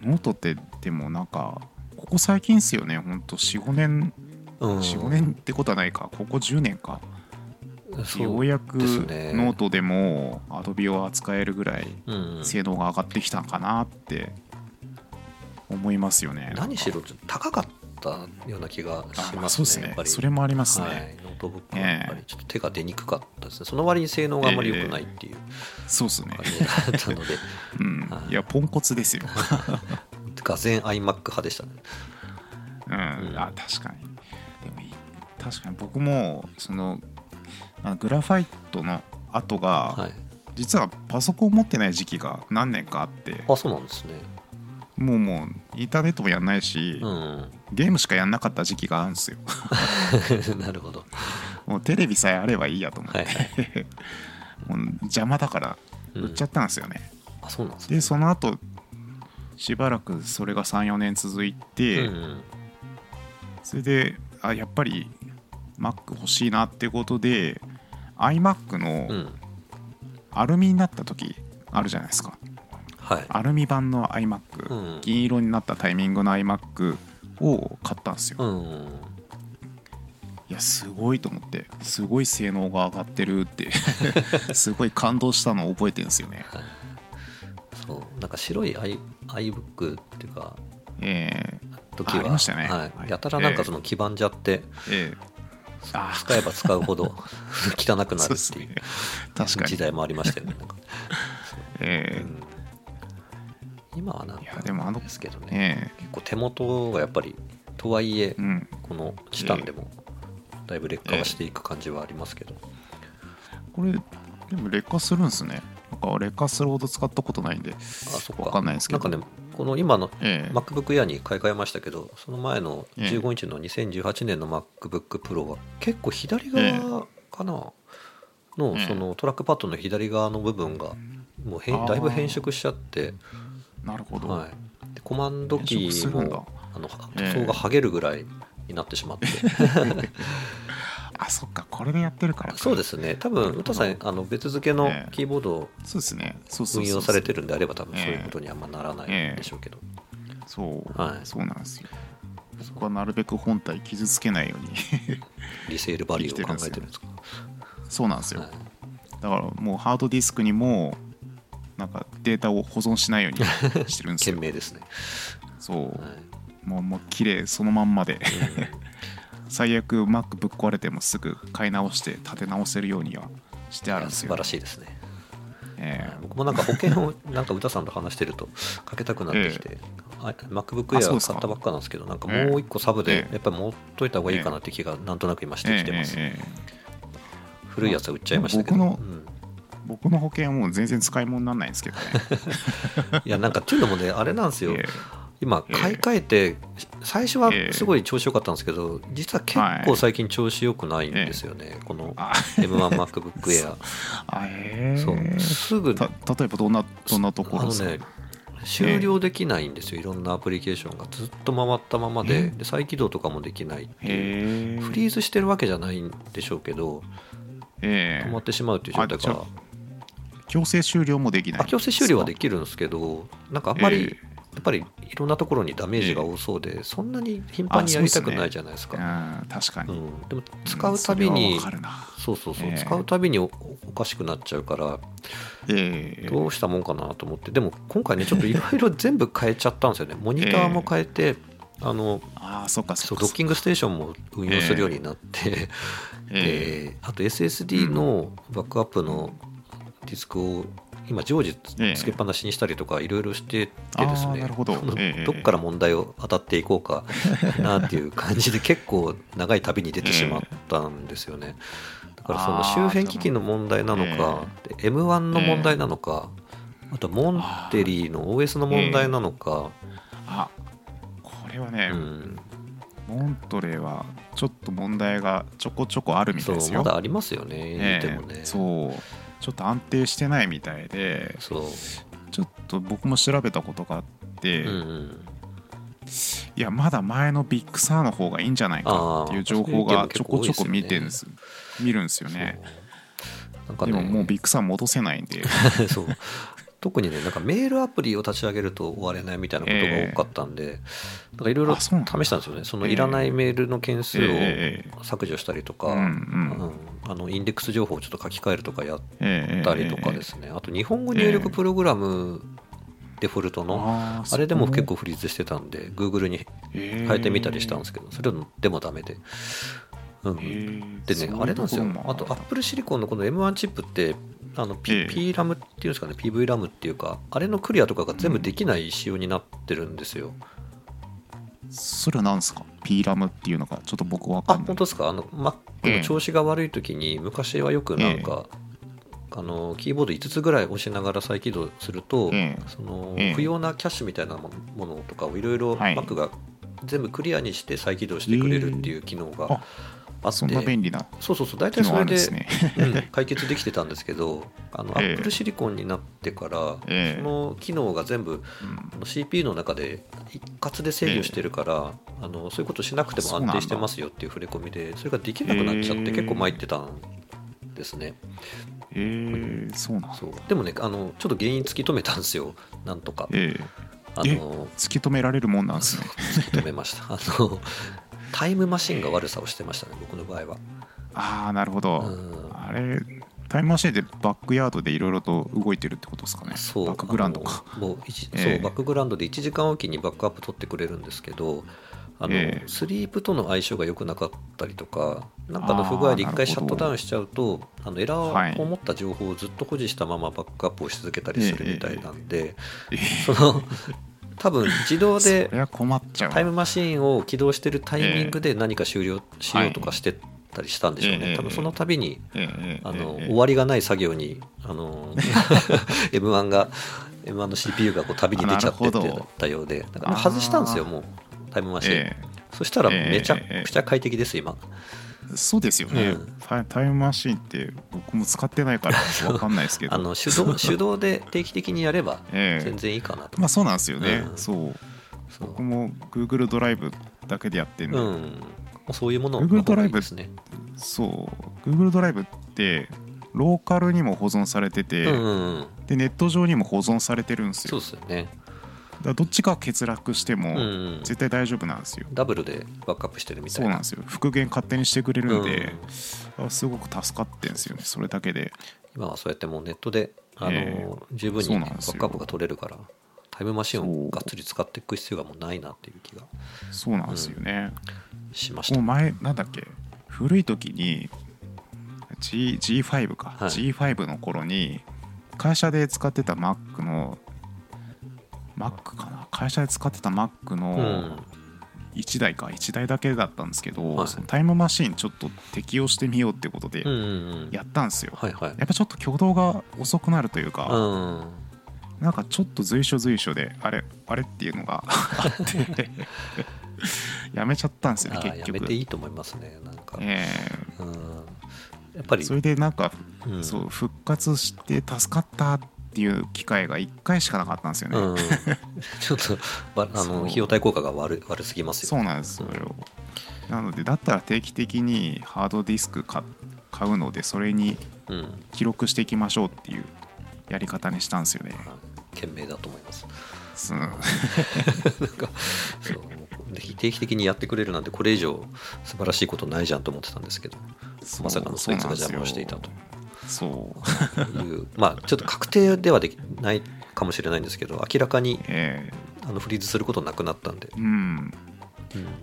Speaker 1: ノートって、でもなんか、ここ最近っすよね、ほんと4、5年、
Speaker 2: うん
Speaker 1: 4、5年ってことはないか、ここ10年か。
Speaker 2: そう
Speaker 1: ようやく
Speaker 2: ですね
Speaker 1: ノートでも Adobe を扱えるぐらい
Speaker 2: うん、
Speaker 1: 性能が上がってきたかなって思いますよね。
Speaker 2: 何しろちょっと高かったような気が
Speaker 1: あ
Speaker 2: し
Speaker 1: まあ
Speaker 2: ま
Speaker 1: そうですす
Speaker 2: ね、や
Speaker 1: ね
Speaker 2: っぱ。り。
Speaker 1: それもありますね。
Speaker 2: はい、ノートブックはやっぱ
Speaker 1: え
Speaker 2: りちょっと手が出にくかったですね、その割に性能があまり良くないっていう
Speaker 1: そうですね
Speaker 2: 感。じだったので、
Speaker 1: <laughs> うん
Speaker 2: は。い
Speaker 1: いや、ポンコツ
Speaker 2: <laughs>
Speaker 1: ですよ。
Speaker 2: がぜん iMac 派でしたね。
Speaker 1: うん。あ、確かに。でもいい確かに僕も、その、あグラファイトの後が、
Speaker 2: はい、
Speaker 1: 実はパソコン持ってない時期が何年かあって、
Speaker 2: あ、そうなんですね。
Speaker 1: もうもうインターネットもやんないし、
Speaker 2: うん、 <laughs>
Speaker 1: ゲームしかやんなかった時期があるんですよ。
Speaker 2: なるほど。
Speaker 1: もうテレビさえあればいいやと思って、
Speaker 2: はいは
Speaker 1: もう邪魔だから
Speaker 2: うん
Speaker 1: 売っちゃったんですよね、
Speaker 2: あ、そうなんですね。
Speaker 1: でその後しばらくそれが34年続いて、
Speaker 2: うん
Speaker 1: それであやっぱり Mac 欲しいなってことで iMac
Speaker 2: うん、う
Speaker 1: の
Speaker 2: ん、
Speaker 1: アルミになった時あるじゃないですか、
Speaker 2: はい。
Speaker 1: アルミ版の iMac、
Speaker 2: うん
Speaker 1: 銀色になったタイミングの iMac を買ったんですよ、
Speaker 2: うん、
Speaker 1: いやすごいと思ってすごい性能が上がってるって
Speaker 2: <laughs>
Speaker 1: すごい感動したのを覚えてるんですよね
Speaker 2: そう、なんか白い i iBook っていうか。
Speaker 1: え
Speaker 2: 時
Speaker 1: ああ
Speaker 2: は
Speaker 1: りましたね
Speaker 2: は
Speaker 1: はい
Speaker 2: い、やたらなんかその黄ばんじゃって、
Speaker 1: ーえーあー
Speaker 2: 使えば使うほど <laughs> 汚くな
Speaker 1: そ
Speaker 2: る
Speaker 1: うで
Speaker 2: っ
Speaker 1: す
Speaker 2: てい
Speaker 1: ね
Speaker 2: う。
Speaker 1: 確か
Speaker 2: 時
Speaker 1: に。
Speaker 2: 代もありましたよね。なんか
Speaker 1: え
Speaker 2: うん今はなん
Speaker 1: いやでもあ
Speaker 2: か
Speaker 1: の
Speaker 2: ですけど
Speaker 1: え
Speaker 2: ね、
Speaker 1: え
Speaker 2: 結構手元がやっぱり、とはいえ
Speaker 1: え、うん。
Speaker 2: このチタンでもだいぶ劣化はしていく感じはありますけど、
Speaker 1: これ、でも劣化するんですね。なんか劣化するほど使ったことないんで、
Speaker 2: あそっか
Speaker 1: わかんないです
Speaker 2: な
Speaker 1: け
Speaker 2: ん
Speaker 1: ど。
Speaker 2: かね、この今の
Speaker 1: ええ
Speaker 2: MacBook Air に買い替えましたけど、その前の
Speaker 1: ええ
Speaker 2: 15インチの2018年の MacBook Pro は、結構左側かな、の
Speaker 1: ええ
Speaker 2: そのトラックパッドの左側の部分が、もうへん
Speaker 1: あー
Speaker 2: だいぶ変色しちゃって、
Speaker 1: なるほど。
Speaker 2: はい、でコマンドキ
Speaker 1: 変色す
Speaker 2: ー
Speaker 1: るんだ
Speaker 2: もあの
Speaker 1: ええ
Speaker 2: 塗装が剥げるぐらいになってしま
Speaker 1: <laughs>
Speaker 2: って、
Speaker 1: あ、そっか、これでやってるからか。
Speaker 2: そうですね多分歌さんあの別付けの
Speaker 1: ええ
Speaker 2: キーボードを
Speaker 1: そうですね。そうそうそうそう
Speaker 2: 運用されてるんであれば多分そういうことにはあんまならない
Speaker 1: え
Speaker 2: ん
Speaker 1: え
Speaker 2: でしょうけど、
Speaker 1: そう、
Speaker 2: はい
Speaker 1: そうなんですよ。僕はなるべく本体傷つけない
Speaker 2: <laughs>
Speaker 1: ように
Speaker 2: リセールバリューを考えてるんですか
Speaker 1: そうなんですよ、
Speaker 2: はい
Speaker 1: だからもうハードディスクにもなんかデータを保存しないよう
Speaker 2: <laughs>
Speaker 1: にしてるんで
Speaker 2: 賢
Speaker 1: すよ
Speaker 2: 明ですね、
Speaker 1: そう、
Speaker 2: はい
Speaker 1: もうもう綺麗そのまんまで
Speaker 2: う
Speaker 1: <laughs> 最悪 Mac ぶっ壊れてもすぐ買い直して立て直せるようにはしてある
Speaker 2: ん、
Speaker 1: んです
Speaker 2: 素
Speaker 1: よ、
Speaker 2: 晴らしいですね
Speaker 1: ええ
Speaker 2: 僕もなんか保険をなんか歌さんと話してるとかけたくなってきて、あ MacBook
Speaker 1: あそ
Speaker 2: Air
Speaker 1: うですか
Speaker 2: 買ったばっかなんですけどなんか
Speaker 1: ええ
Speaker 2: もう一個サブで
Speaker 1: ええ
Speaker 2: やっぱり持っといた方がいいかなって気がなんとなく今して
Speaker 1: え
Speaker 2: きて
Speaker 1: え
Speaker 2: ます、
Speaker 1: ええ
Speaker 2: 古いやつは売っちゃいましたけど、
Speaker 1: 僕の
Speaker 2: うん
Speaker 1: 僕の保険はもう全然使い物にならないんですけどね。
Speaker 2: いやなんかっていうのもねあれなんですよ、
Speaker 1: ええ
Speaker 2: 今
Speaker 1: ええ
Speaker 2: 買い替えて最初はすごい調子良かったんですけど実は結構最近調子良くないんですよね、この
Speaker 1: あ
Speaker 2: M1MacBook
Speaker 1: <laughs>
Speaker 2: Air
Speaker 1: あええ
Speaker 2: そうすぐ
Speaker 1: た例えばどんなどんなとこ
Speaker 2: あ
Speaker 1: ろで
Speaker 2: の
Speaker 1: すか
Speaker 2: ね終了できないんですよいろんなアプリケーションがずっと回ったまま
Speaker 1: え
Speaker 2: でで再起動とかもできないっていう
Speaker 1: へえ
Speaker 2: フリーズしてるわけじゃないんでしょうけど
Speaker 1: え
Speaker 2: 止
Speaker 1: え
Speaker 2: まってしまうっていう状態か
Speaker 1: あ
Speaker 2: ら
Speaker 1: 強制終了もできない
Speaker 2: あ強制終了はできるんですけどなんかあんまり
Speaker 1: え
Speaker 2: やっぱりいろんなところにダメージが多そうでそんなに頻繁にやりたくないじゃないですか。
Speaker 1: うん確かに、
Speaker 2: うん、でも使うたびに
Speaker 1: うんそれはわかるな
Speaker 2: そうそうそう、
Speaker 1: ええ
Speaker 2: 使うたびにおおかしくなっちゃうから
Speaker 1: ええ
Speaker 2: どうしたもんかなと思ってでも今回ねちょっといろいろ全部変えちゃったんですよねモニターも変えて、あの
Speaker 1: ああそっかそ
Speaker 2: そ
Speaker 1: っ
Speaker 2: う
Speaker 1: か
Speaker 2: ドッキングステーションも運用するようになって、
Speaker 1: ええ
Speaker 2: であと SSD のバックアップのディスクを今常時つ
Speaker 1: ええ
Speaker 2: つけっぱなしにしたりとかいろいろしててです
Speaker 1: あー
Speaker 2: ね
Speaker 1: なるほど
Speaker 2: その
Speaker 1: ええ
Speaker 2: どっから問題を当たっていこうかなっていう感じで結構長い旅に出てしまったんですよね。だからその周辺機器の問題なのか、で M1 の問題なのか、あとモンテリーの OS の問題なのか、
Speaker 1: あこれはね、
Speaker 2: うん、
Speaker 1: モントレーはちょっと問題がちょこちょこあるみた
Speaker 2: そ
Speaker 1: いです
Speaker 2: う
Speaker 1: よ
Speaker 2: まだありますよね、
Speaker 1: え
Speaker 2: で
Speaker 1: え
Speaker 2: もね。
Speaker 1: そうちょっと安定してないみたいで
Speaker 2: そう
Speaker 1: ちょっと僕も調べたことがあって、
Speaker 2: うんうん
Speaker 1: いやまだ前のビッグサーの方がいいんじゃないかっていう情報がちょこちょこ見てるんです見るんですよね
Speaker 2: そうなんか
Speaker 1: で
Speaker 2: ね
Speaker 1: ももうビッグサー戻せないんで
Speaker 2: <laughs> そう特にねなんかメールアプリを立ち上げると終われないみたいなことが多かったんで、なんかいろいろ
Speaker 1: あそうなん
Speaker 2: 試
Speaker 1: だ
Speaker 2: したんですよねそのいらないメールの件数
Speaker 1: え
Speaker 2: を削除したりとか、
Speaker 1: うんうん
Speaker 2: うんあのインデックス情報をちょっと書き換えるとかやっ
Speaker 1: え
Speaker 2: たりとかですね、あと日本語入力プログラムデフォルトの、
Speaker 1: あー
Speaker 2: あれでも結構フリーズしてたんで Google に変えてみたりしたんですけどそれでもダメで、うん、でね、あれなんですよ、あとアップルシリコンのこの M1 チップって、あの P
Speaker 1: ええ
Speaker 2: P ラムっていうんですかね、PV ラムっていうか、あれのクリアとかが全部できない仕様になってるんですよ。
Speaker 1: それは何ですか P ラムっていうのがちょっと僕わ
Speaker 2: あ、
Speaker 1: かんな
Speaker 2: 本
Speaker 1: い
Speaker 2: 当ですか、あの Mac
Speaker 1: え
Speaker 2: の
Speaker 1: え
Speaker 2: 調子が悪い時に、昔はよくなんか、あのキーボード5つぐらい押しながら再起動すると、
Speaker 1: ええ
Speaker 2: その
Speaker 1: ええ
Speaker 2: 不要なキャッシュみたいなもものとかをいろいろ
Speaker 1: はい
Speaker 2: Mac が全部クリアにして再起動してくれるっていう機能が
Speaker 1: ええあ
Speaker 2: あって、
Speaker 1: そんな便利な
Speaker 2: そうそうそう、大
Speaker 1: 機
Speaker 2: 体そ
Speaker 1: 能
Speaker 2: れ
Speaker 1: あるんで
Speaker 2: です
Speaker 1: ね
Speaker 2: うん解決できてたんですけどあの、
Speaker 1: ええ
Speaker 2: Apple シリコンになってから、
Speaker 1: ええ
Speaker 2: その機能が全部
Speaker 1: うん
Speaker 2: あの CPU の中で一括で制御してるから、あのそういうことしなくても安定してますよっていう触れ込みでそれができなくなっちゃっ
Speaker 1: え
Speaker 2: て
Speaker 1: え
Speaker 2: 結構参ってたんですね、
Speaker 1: ええそうなんだ
Speaker 2: そうでもねあのちょっと原因突き止めたんですよなんとか
Speaker 1: ええ
Speaker 2: あの
Speaker 1: 突き止められるもんなんですね
Speaker 2: 突き止めましたあのタイムマシンが悪さをしてましたね僕の場合は
Speaker 1: ああなるほど、
Speaker 2: うん
Speaker 1: あれタイムマシンでバックヤードでいろいろと動いてるってことですかね
Speaker 2: そう
Speaker 1: バックグラウンドか
Speaker 2: あのもう一
Speaker 1: ええ
Speaker 2: そうバックグラウンドで1時間おきにバックアップ取ってくれるんですけどあの、
Speaker 1: ええ
Speaker 2: スリープとの相性が良くなかったりとかなんかの
Speaker 1: あー
Speaker 2: 不具合で1
Speaker 1: なるほど
Speaker 2: 回シャットダウンしちゃうとあのエラ
Speaker 1: はい
Speaker 2: ーを持った情報をずっと保持したままバックアップをし続けたりするみたいなんで、
Speaker 1: え
Speaker 2: その多分自動で
Speaker 1: <laughs> それは困っちゃう
Speaker 2: タイムマシンを起動してるタイミングで何か終了しようとかしてたりしたんでしょう
Speaker 1: え
Speaker 2: ね
Speaker 1: え
Speaker 2: 多分その度に
Speaker 1: ええええ
Speaker 2: あの
Speaker 1: ええ
Speaker 2: 終わりがない作業にあの
Speaker 1: <laughs>
Speaker 2: M1 が M1 の CPU がこう旅に出ちゃって
Speaker 1: あなるほ
Speaker 2: て
Speaker 1: ど
Speaker 2: たようでだから外したんですよ
Speaker 1: あー
Speaker 2: もうタイムマシン、
Speaker 1: え
Speaker 2: そしたらめちゃくちゃ快適です今、
Speaker 1: えそうですよね、
Speaker 2: うん
Speaker 1: タイタイムマシンって僕も使ってないから
Speaker 2: <laughs>
Speaker 1: 分かんないですけど
Speaker 2: あの手動手動で定期的にやれば
Speaker 1: <laughs> ええ
Speaker 2: 全然いいかなと、
Speaker 1: まあそうなんですよね、
Speaker 2: うん
Speaker 1: そう
Speaker 2: そう
Speaker 1: 僕も Google ドライブだけでやってるん
Speaker 2: う
Speaker 1: で、
Speaker 2: んもうそういうもの
Speaker 1: Google
Speaker 2: の方がいいですね
Speaker 1: そう Google ドライブってローカルにも保存されてて、
Speaker 2: うんうんうん
Speaker 1: でネット上にも保存されてるんです
Speaker 2: そう
Speaker 1: よ
Speaker 2: ですよね、
Speaker 1: だからどっちか欠落して
Speaker 2: う
Speaker 1: も
Speaker 2: んうん、
Speaker 1: 絶対大丈夫なんですよ、
Speaker 2: ダブルでバックアップしてるみた
Speaker 1: そ
Speaker 2: いうな
Speaker 1: なんですよ復元勝手にしてくれるんで
Speaker 2: うん、
Speaker 1: あすごく助かってんですよねそれだけで
Speaker 2: 今はそうやってもうネットであの、
Speaker 1: え
Speaker 2: 十分に
Speaker 1: そう
Speaker 2: ね
Speaker 1: な
Speaker 2: バ
Speaker 1: んですよ
Speaker 2: ックアップが取れるからタイムマシン
Speaker 1: そ
Speaker 2: を
Speaker 1: う
Speaker 2: がっつり使っていく必要がもうないなっていう気が
Speaker 1: そうなんですよね、
Speaker 2: しまし
Speaker 1: も
Speaker 2: た、
Speaker 1: う前なんだっけ古い時に G G5 か、
Speaker 2: はい
Speaker 1: G5 の頃に会社で使ってた Mac の Mac かな会社で使ってた Mac
Speaker 2: う
Speaker 1: の
Speaker 2: ん、
Speaker 1: 1台か1台だけだったんですけど、
Speaker 2: はい
Speaker 1: タイムマシンちょっと適用してみようってことで
Speaker 2: うんうんうん
Speaker 1: やったんですよ、
Speaker 2: はいはい
Speaker 1: やっぱちょっと挙動が遅くなるというか、
Speaker 2: うん
Speaker 1: なんかちょっと随所随所であれあれっていうのがあってやめちゃったんですよ
Speaker 2: あ
Speaker 1: ね
Speaker 2: ー
Speaker 1: 結
Speaker 2: や
Speaker 1: 局
Speaker 2: めていいと思いますねなんか、
Speaker 1: え
Speaker 2: うん、やっぱ
Speaker 1: え
Speaker 2: り
Speaker 1: それでなんか、
Speaker 2: うん
Speaker 1: そう復活して助かったっていう機会が1回しかなかったんですよね、
Speaker 2: うん、 <laughs> ちょっとばあ
Speaker 1: そう
Speaker 2: の費用対効果が悪悪すぎますよ
Speaker 1: そうなんですよ、なのでだったら定期的にハードディスク買買うのでそれに
Speaker 2: うん、
Speaker 1: 記録していきましょうっていうやり方にしたんですよね、
Speaker 2: あ賢明だと思います <laughs>
Speaker 1: そう
Speaker 2: なんかそう定期的にやってくれるなんてこれ以上素晴らしいことないじゃんと思ってたんですけど
Speaker 1: そう
Speaker 2: まさかのそいつが邪魔をしていたと
Speaker 1: そう
Speaker 2: いうまあちょっと確定ではできないかもしれないんですけど明らかに
Speaker 1: え
Speaker 2: あのフリーズすることなくなったんで
Speaker 1: え、うん
Speaker 2: うん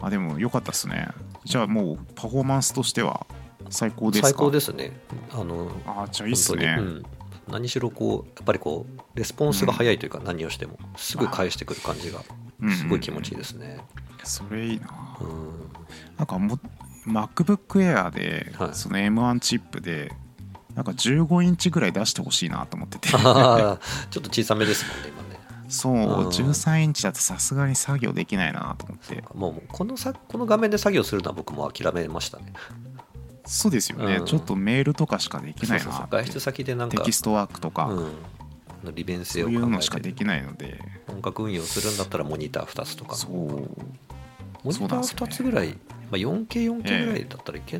Speaker 1: あでも良かったですねじゃあもうパフォーマンスとしては最高ですか
Speaker 2: 最高ですすねあの
Speaker 1: あーじゃあいいっ
Speaker 2: 本
Speaker 1: す
Speaker 2: 当に、
Speaker 1: ね、
Speaker 2: うん、何しろこうやっぱりこうレスポンスが早いというか、何をしてもすぐ返してくる感じが
Speaker 1: うん
Speaker 2: すごい気持ちいいですね、
Speaker 1: それいいな
Speaker 2: うん <laughs>
Speaker 1: なんかも MacBook Air で、
Speaker 2: はい
Speaker 1: その M1 チップでなんか15インチぐらい出してほしいなと思っ
Speaker 2: <laughs>
Speaker 1: てて
Speaker 2: あーちょっと小さめですもんね今ね
Speaker 1: そう
Speaker 2: うん
Speaker 1: 13インチだとさすがに作業できないなと思って
Speaker 2: もうこのさこの画面で作業するのは僕も諦めましたね。
Speaker 1: そうですよね、
Speaker 2: うん
Speaker 1: ちょっとメールとかしかできない
Speaker 2: そう
Speaker 1: な
Speaker 2: そうそう
Speaker 1: って
Speaker 2: 外出先でなん
Speaker 1: テ
Speaker 2: か、
Speaker 1: キストワークとか、
Speaker 2: うん、あの利便性
Speaker 1: そ
Speaker 2: を
Speaker 1: ういう
Speaker 2: 考
Speaker 1: のしか
Speaker 2: え
Speaker 1: で
Speaker 2: て
Speaker 1: きないので
Speaker 2: 本格運用するんだったらモニター2つとか
Speaker 1: そう
Speaker 2: モニタ
Speaker 1: そう
Speaker 2: ー
Speaker 1: なんですよ
Speaker 2: 2
Speaker 1: ね
Speaker 2: つぐらい、まあ、4K4K
Speaker 1: ええ
Speaker 2: ぐらいだったらいけ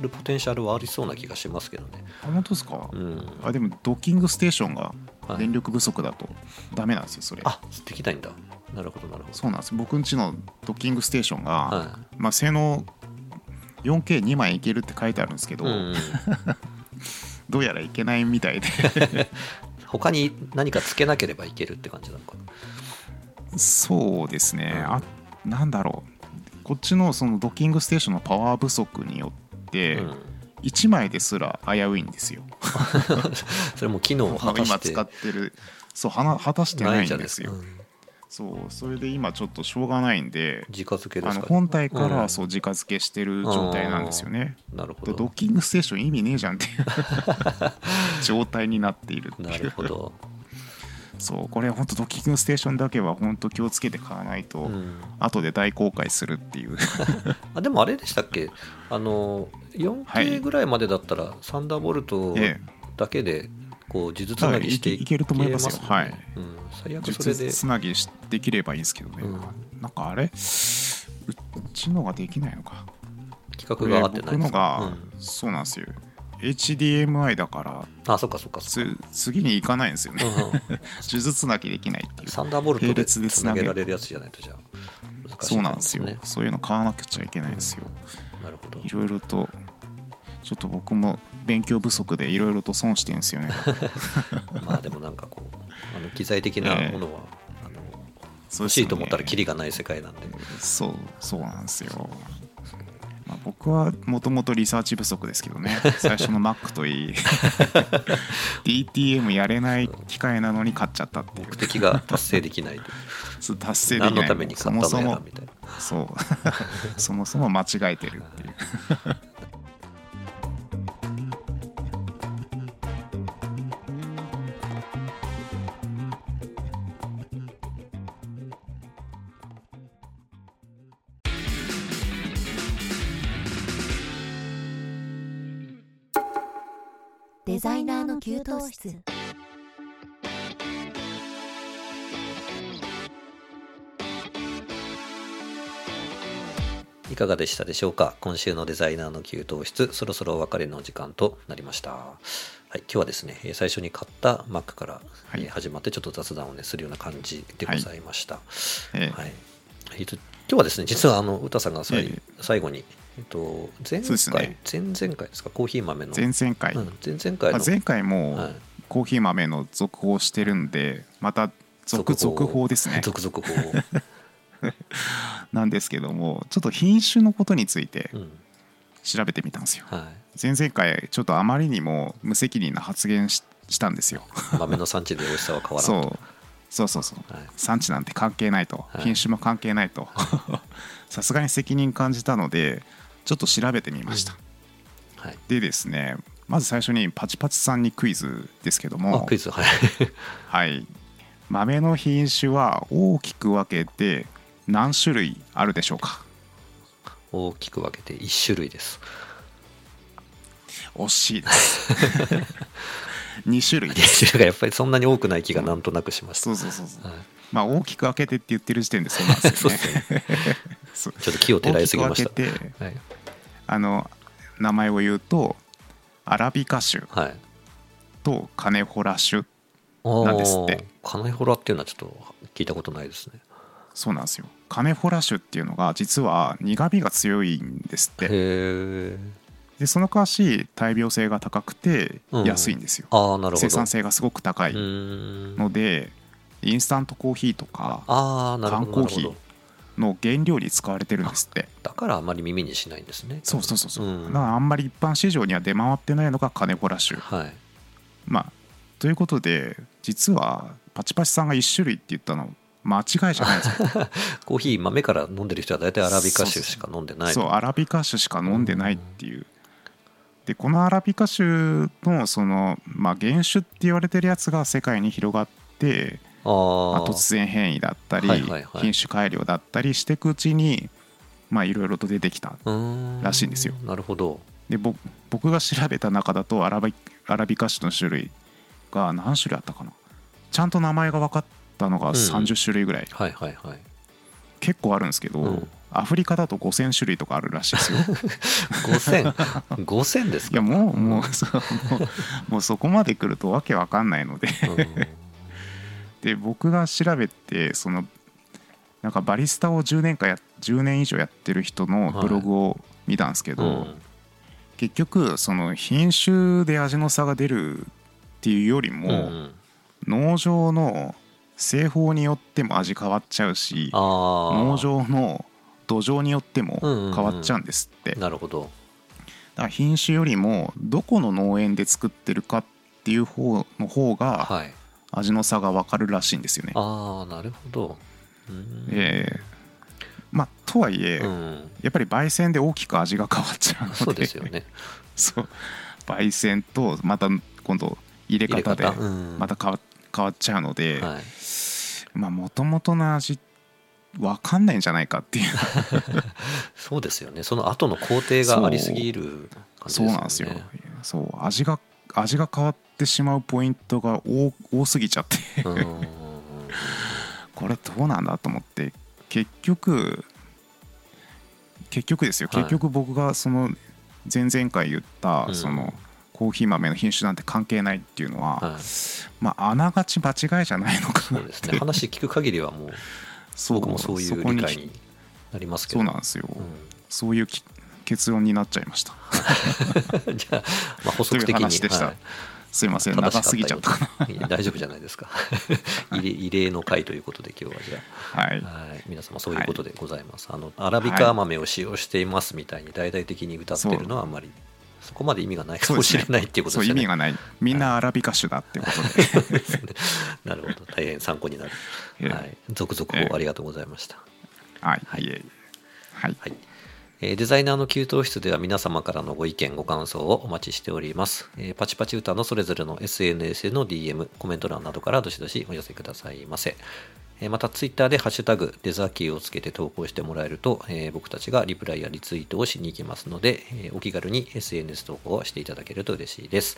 Speaker 2: るポテンシャルはありそうな気がしますけどね
Speaker 1: あ本当ですか、
Speaker 2: うん
Speaker 1: あでもドッキングステーションが
Speaker 2: はい
Speaker 1: 電力不足だとダメなんですよそれ、
Speaker 2: あできないんだなるほどなるほど
Speaker 1: そうなんです僕んちのドッキングステーションが、
Speaker 2: は
Speaker 1: まあ、性能 4K2 枚いけるって書いてあるんですけ
Speaker 2: い、
Speaker 1: ど、
Speaker 2: うん、
Speaker 1: <laughs> どうやらいけないみた
Speaker 2: <laughs>
Speaker 1: いで
Speaker 2: 他に何かつけなければいけるって感じなのかな
Speaker 1: そうですねあなんだろうこっちのそのドッキングステーションのパワー不足によって
Speaker 2: うん、
Speaker 1: 1枚ですら危ういんですよ、
Speaker 2: それも機能を果た
Speaker 1: <laughs> 今
Speaker 2: して
Speaker 1: 使ってるそうはな果たして
Speaker 2: な
Speaker 1: ない
Speaker 2: いじゃ
Speaker 1: ん
Speaker 2: ない
Speaker 1: で
Speaker 2: ですすか
Speaker 1: よ
Speaker 2: うん
Speaker 1: そうそれで今ちょっとしょうがないんで
Speaker 2: 自家付けで
Speaker 1: あ
Speaker 2: す
Speaker 1: の
Speaker 2: か
Speaker 1: 本体か
Speaker 2: う
Speaker 1: ら
Speaker 2: ん
Speaker 1: そう直付けしてる状態なんですよね、
Speaker 2: なるほ
Speaker 1: でド
Speaker 2: ど
Speaker 1: ッキングステーション意味ねえじゃんっ
Speaker 2: <laughs>
Speaker 1: ていう状態になっているっていう
Speaker 2: なるほど、
Speaker 1: そうこれ本当ドッキングステーションだけは本当気をつけて買わないと、
Speaker 2: うん、
Speaker 1: 後で大公開するっていう
Speaker 2: あでもあれでしたっけあの
Speaker 1: はい
Speaker 2: 4K ぐらいまでだったらサンダーボルト
Speaker 1: ええ
Speaker 2: だけでこう数珠つなぎして
Speaker 1: はいいけいけると思いますよ
Speaker 2: いけ
Speaker 1: はい
Speaker 2: うん、最悪それで
Speaker 1: 術つなぎしできればいいんですけどね、
Speaker 2: うん
Speaker 1: なんかあれうちのができないのか
Speaker 2: 企画が合って
Speaker 1: こ
Speaker 2: ないで
Speaker 1: れ僕の
Speaker 2: すか、
Speaker 1: が、
Speaker 2: うん、
Speaker 1: そうなんですよ HDMI だから
Speaker 2: あそっかそっかそっか
Speaker 1: つ次に行かないんですよね、
Speaker 2: うんうん
Speaker 1: <laughs> 数珠つなぎできないっていう
Speaker 2: サンダーボルト
Speaker 1: 並
Speaker 2: で
Speaker 1: 列で
Speaker 2: つ
Speaker 1: つ
Speaker 2: な
Speaker 1: なげ
Speaker 2: げられるやつじゃないとじゃあ難しい
Speaker 1: そうなんですよ
Speaker 2: ね
Speaker 1: そういうの買わなくちゃいけないんですよ、
Speaker 2: なるほど
Speaker 1: いろいろとちょっと僕も勉強不足でいろいろと損してるんです
Speaker 2: <laughs>
Speaker 1: よね
Speaker 2: まあでもなんかこうあの機材的なものは、あの
Speaker 1: 欲
Speaker 2: 欲しいと思ったらキリがない世界なんで、
Speaker 1: そうそうなんですよ、まあ、僕はもともとリサーチ不足ですけどね最初の Mac
Speaker 2: <laughs>
Speaker 1: といい DTM やれない機械なのに買っちゃったっていう
Speaker 2: 目的が達成できないという
Speaker 1: そう達成できない
Speaker 2: 何のために買った
Speaker 1: そ
Speaker 2: のや
Speaker 1: も
Speaker 2: らみたいな
Speaker 1: そもそう <laughs> そもそも間違えてるっていう
Speaker 3: デザイナーの給湯室
Speaker 2: いかがでしたでしょうか今週のデザイナーの給湯室、そろそろお別れの時間となりました。はい、今日はですね、えー最初に買った Mac から、
Speaker 1: はい
Speaker 2: えー始まってちょっと雑談をね、するような感じでございました。はい。
Speaker 1: ええ
Speaker 2: えーと今日はですね、実はあの、歌さんが最,、
Speaker 1: ええ
Speaker 2: 最後に、えっと、前
Speaker 1: そうです
Speaker 2: 回、
Speaker 1: ね
Speaker 2: 前々回ですか、コーヒー豆の。
Speaker 1: 前々回、
Speaker 2: う
Speaker 1: ま
Speaker 2: ん、前々回
Speaker 1: あ
Speaker 2: の。
Speaker 1: 前回
Speaker 2: は
Speaker 1: も
Speaker 2: い
Speaker 1: コーヒー豆の続報してるんでまた続々報ですね
Speaker 2: <laughs> 続々報。
Speaker 1: なんですけどもちょっと品種のことについて
Speaker 2: うん。
Speaker 1: 調べてみたんですよ
Speaker 2: はい。
Speaker 1: 前々回ちょっとあまりにも無責任な発言ししたんですよ
Speaker 2: 豆の産地で美味しさは変わらんと。
Speaker 1: <laughs> そうそうそうそう、
Speaker 2: はい
Speaker 1: 産地なんて関係ないと、
Speaker 2: い
Speaker 1: 品種も関係ないと <laughs> さすがに責任感じたのでちょっと調べてみました、
Speaker 2: はい。
Speaker 1: でですねまず最初にパチパチさんにクイズですけど
Speaker 2: あ、
Speaker 1: も
Speaker 2: クイズ、はい。 <laughs>
Speaker 1: はい豆の品種は大きく分けて何種類あるでしょうか
Speaker 2: 大きく分けて1種類です。
Speaker 1: 惜しいです
Speaker 2: <laughs>
Speaker 1: 2種類
Speaker 2: 練習がやっぱりそんなに多くない気がなんとなくしました。
Speaker 1: そうそうそうそう
Speaker 2: はい、
Speaker 1: まあ大きく分けてって言ってる時点でそうなんで
Speaker 2: <laughs>
Speaker 1: すよね。 <laughs> そう
Speaker 2: ちょっと木を照らいすぎまし
Speaker 1: 大きく分けて
Speaker 2: た。はい、
Speaker 1: あの名前を言うとアラビカ種
Speaker 2: はい、
Speaker 1: とカネホラ種
Speaker 2: お
Speaker 1: なんですって
Speaker 2: 金ホラっていうのはちょっと聞いたことないですね。
Speaker 1: そうなんですよ。カネホラ種っていうのが実は苦味が強いんですっ
Speaker 2: へ
Speaker 1: て
Speaker 2: え。
Speaker 1: でそのかわし大病性が高くて
Speaker 2: うん
Speaker 1: 安いんですよ、
Speaker 2: ああ、なるほど。
Speaker 1: 生産性がすごく高
Speaker 2: う
Speaker 1: い
Speaker 2: ーん。
Speaker 1: ので、インスタントコーヒーとか
Speaker 2: ああ、なるほど。
Speaker 1: 缶コーヒ
Speaker 2: な
Speaker 1: ー
Speaker 2: るほど
Speaker 1: の原料に使われてるんですって
Speaker 2: だからあまり耳にしないんですね。
Speaker 1: そうそうそうそう、
Speaker 2: うん
Speaker 1: だからあんまり一般市場には出回ってないのがカネホラ種
Speaker 2: はい。
Speaker 1: まあということで実はパチパチさんが1種類って言ったの間違いじゃないですか
Speaker 2: コーヒー豆から飲んでる人は大体アラビカ種
Speaker 1: そうそう
Speaker 2: しか飲んで <laughs> ない。
Speaker 1: そうアラビカ種しか飲んでないっていうでこのアラビカ種のその、まあ、原種って言われてるやつが世界に広がって、ま
Speaker 2: あ
Speaker 1: あ
Speaker 2: あ。
Speaker 1: 突然変異だったり、
Speaker 2: はいはいはい
Speaker 1: 品種改良だったりしていくうちにまあいろいろと出てきた
Speaker 2: うーん
Speaker 1: らしいんですよ
Speaker 2: なるほど。
Speaker 1: でぼ僕が調べた中だとアラビアラビカ種の種類が何種類あったかなちゃんと名前が分かったのが
Speaker 2: ん
Speaker 1: 30種類ぐらい、
Speaker 2: はいはいはい。
Speaker 1: 結構あるんですけど、
Speaker 2: うん
Speaker 1: アフリカだと5000種類とかあるらしいです
Speaker 2: <laughs>
Speaker 1: よ
Speaker 2: 5000、5000です
Speaker 1: い
Speaker 2: か
Speaker 1: やもうもうそうもうもうそこまで来るとわけわかんないので
Speaker 2: うん
Speaker 1: で僕が調べてそのなんかバリスタを10年間や10年以上やってる人のブログを見たんですけど、
Speaker 2: うん
Speaker 1: 結局その品種で味の差が出るっていうよりも、
Speaker 2: うん
Speaker 1: 農場の製法によっても味変わっちゃうし
Speaker 2: あー
Speaker 1: 農場の土壌によっても
Speaker 2: うんうんうん
Speaker 1: 変わっちゃうんですって、だ
Speaker 2: なるほど
Speaker 1: から品種よりもどこの農園で作ってるかっていう方の方が
Speaker 2: はい
Speaker 1: 味の差が分かるらしいんですよね。
Speaker 2: ああなるほどうん
Speaker 1: ええまあとはいえ、
Speaker 2: うん
Speaker 1: やっぱり焙煎で大きく味が変わっちゃうので
Speaker 2: そうですよね
Speaker 1: <laughs> そう焙煎とまた今度入れ
Speaker 2: 入れ
Speaker 1: 方で
Speaker 2: 方うん
Speaker 1: また変わ変わっちゃうので、
Speaker 2: はい
Speaker 1: まあもともとの味わかんないんじゃないかっていう
Speaker 2: そうですよねその後の工程がありすぎる感じ
Speaker 1: そうなんで
Speaker 2: ですす
Speaker 1: よ
Speaker 2: よね
Speaker 1: そう味が味が変わってしまうポイントが多多すぎちゃって
Speaker 2: うんうんうん
Speaker 1: これどうなんだと思って結局結局ですよ、
Speaker 2: はい
Speaker 1: 結局僕がその前々回言った、
Speaker 2: うん
Speaker 1: そのコーヒー豆の品種なんて関係ないっていうのは、
Speaker 2: はい
Speaker 1: まああながち間違いじゃないのか
Speaker 2: そ
Speaker 1: な
Speaker 2: う
Speaker 1: っ
Speaker 2: です
Speaker 1: て <laughs>
Speaker 2: ね話聞く限りはもう
Speaker 1: そう
Speaker 2: 僕もそうい
Speaker 1: そうこ
Speaker 2: 理解
Speaker 1: に
Speaker 2: になりますけ
Speaker 1: そ
Speaker 2: ど
Speaker 1: うなんですよ、
Speaker 2: うん
Speaker 1: そういうき結論になっちゃいました
Speaker 2: <laughs> じゃあ、まあ、補足的
Speaker 1: という
Speaker 2: に
Speaker 1: 話でした
Speaker 2: はい
Speaker 1: すいません
Speaker 2: 正しかっ
Speaker 1: 長
Speaker 2: た
Speaker 1: すぎちゃったかな
Speaker 2: ようで大丈夫じゃないです
Speaker 1: <laughs>
Speaker 2: か異例異例の回ということで今日はじゃ
Speaker 1: <laughs> はい
Speaker 2: あ、はい、皆様そういうことでございます、あのアラビカ豆を使用していますみたいに大々的に歌ってるのはあんまりそこまで意味がないかもしれないっていうこと
Speaker 1: そう
Speaker 2: です
Speaker 1: 意
Speaker 2: よね
Speaker 1: 味がないみんなアラビカ種だってことで
Speaker 2: <laughs> なるほど大変参考になる、
Speaker 1: <laughs> ええ
Speaker 2: はい、続
Speaker 1: え
Speaker 2: 々
Speaker 1: え
Speaker 2: ありがとうございました
Speaker 1: はい、
Speaker 2: はい
Speaker 1: い、えいえはい、
Speaker 2: はいえーデザイナーの給湯室では皆様からのご意見、ご感想をお待ちしております。えーパチパチ歌のそれぞれの SNS への DM、コメント欄などからどしどしお寄せくださいませ。えーまた、ツイッターでハッシュタグ、デザキーをつけて投稿してもらえると、えー僕たちがリプライやリツイートをしに行きますので、えーお気軽に SNS 投稿をしていただけると嬉しいです。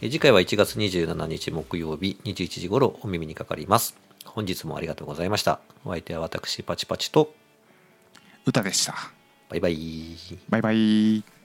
Speaker 2: えー次回は1月27日木曜日21時頃お耳にかかります。本日もありがとうございました。お相手は私、パチパチと、
Speaker 1: 歌でした
Speaker 2: バイバイ。
Speaker 1: バイバイ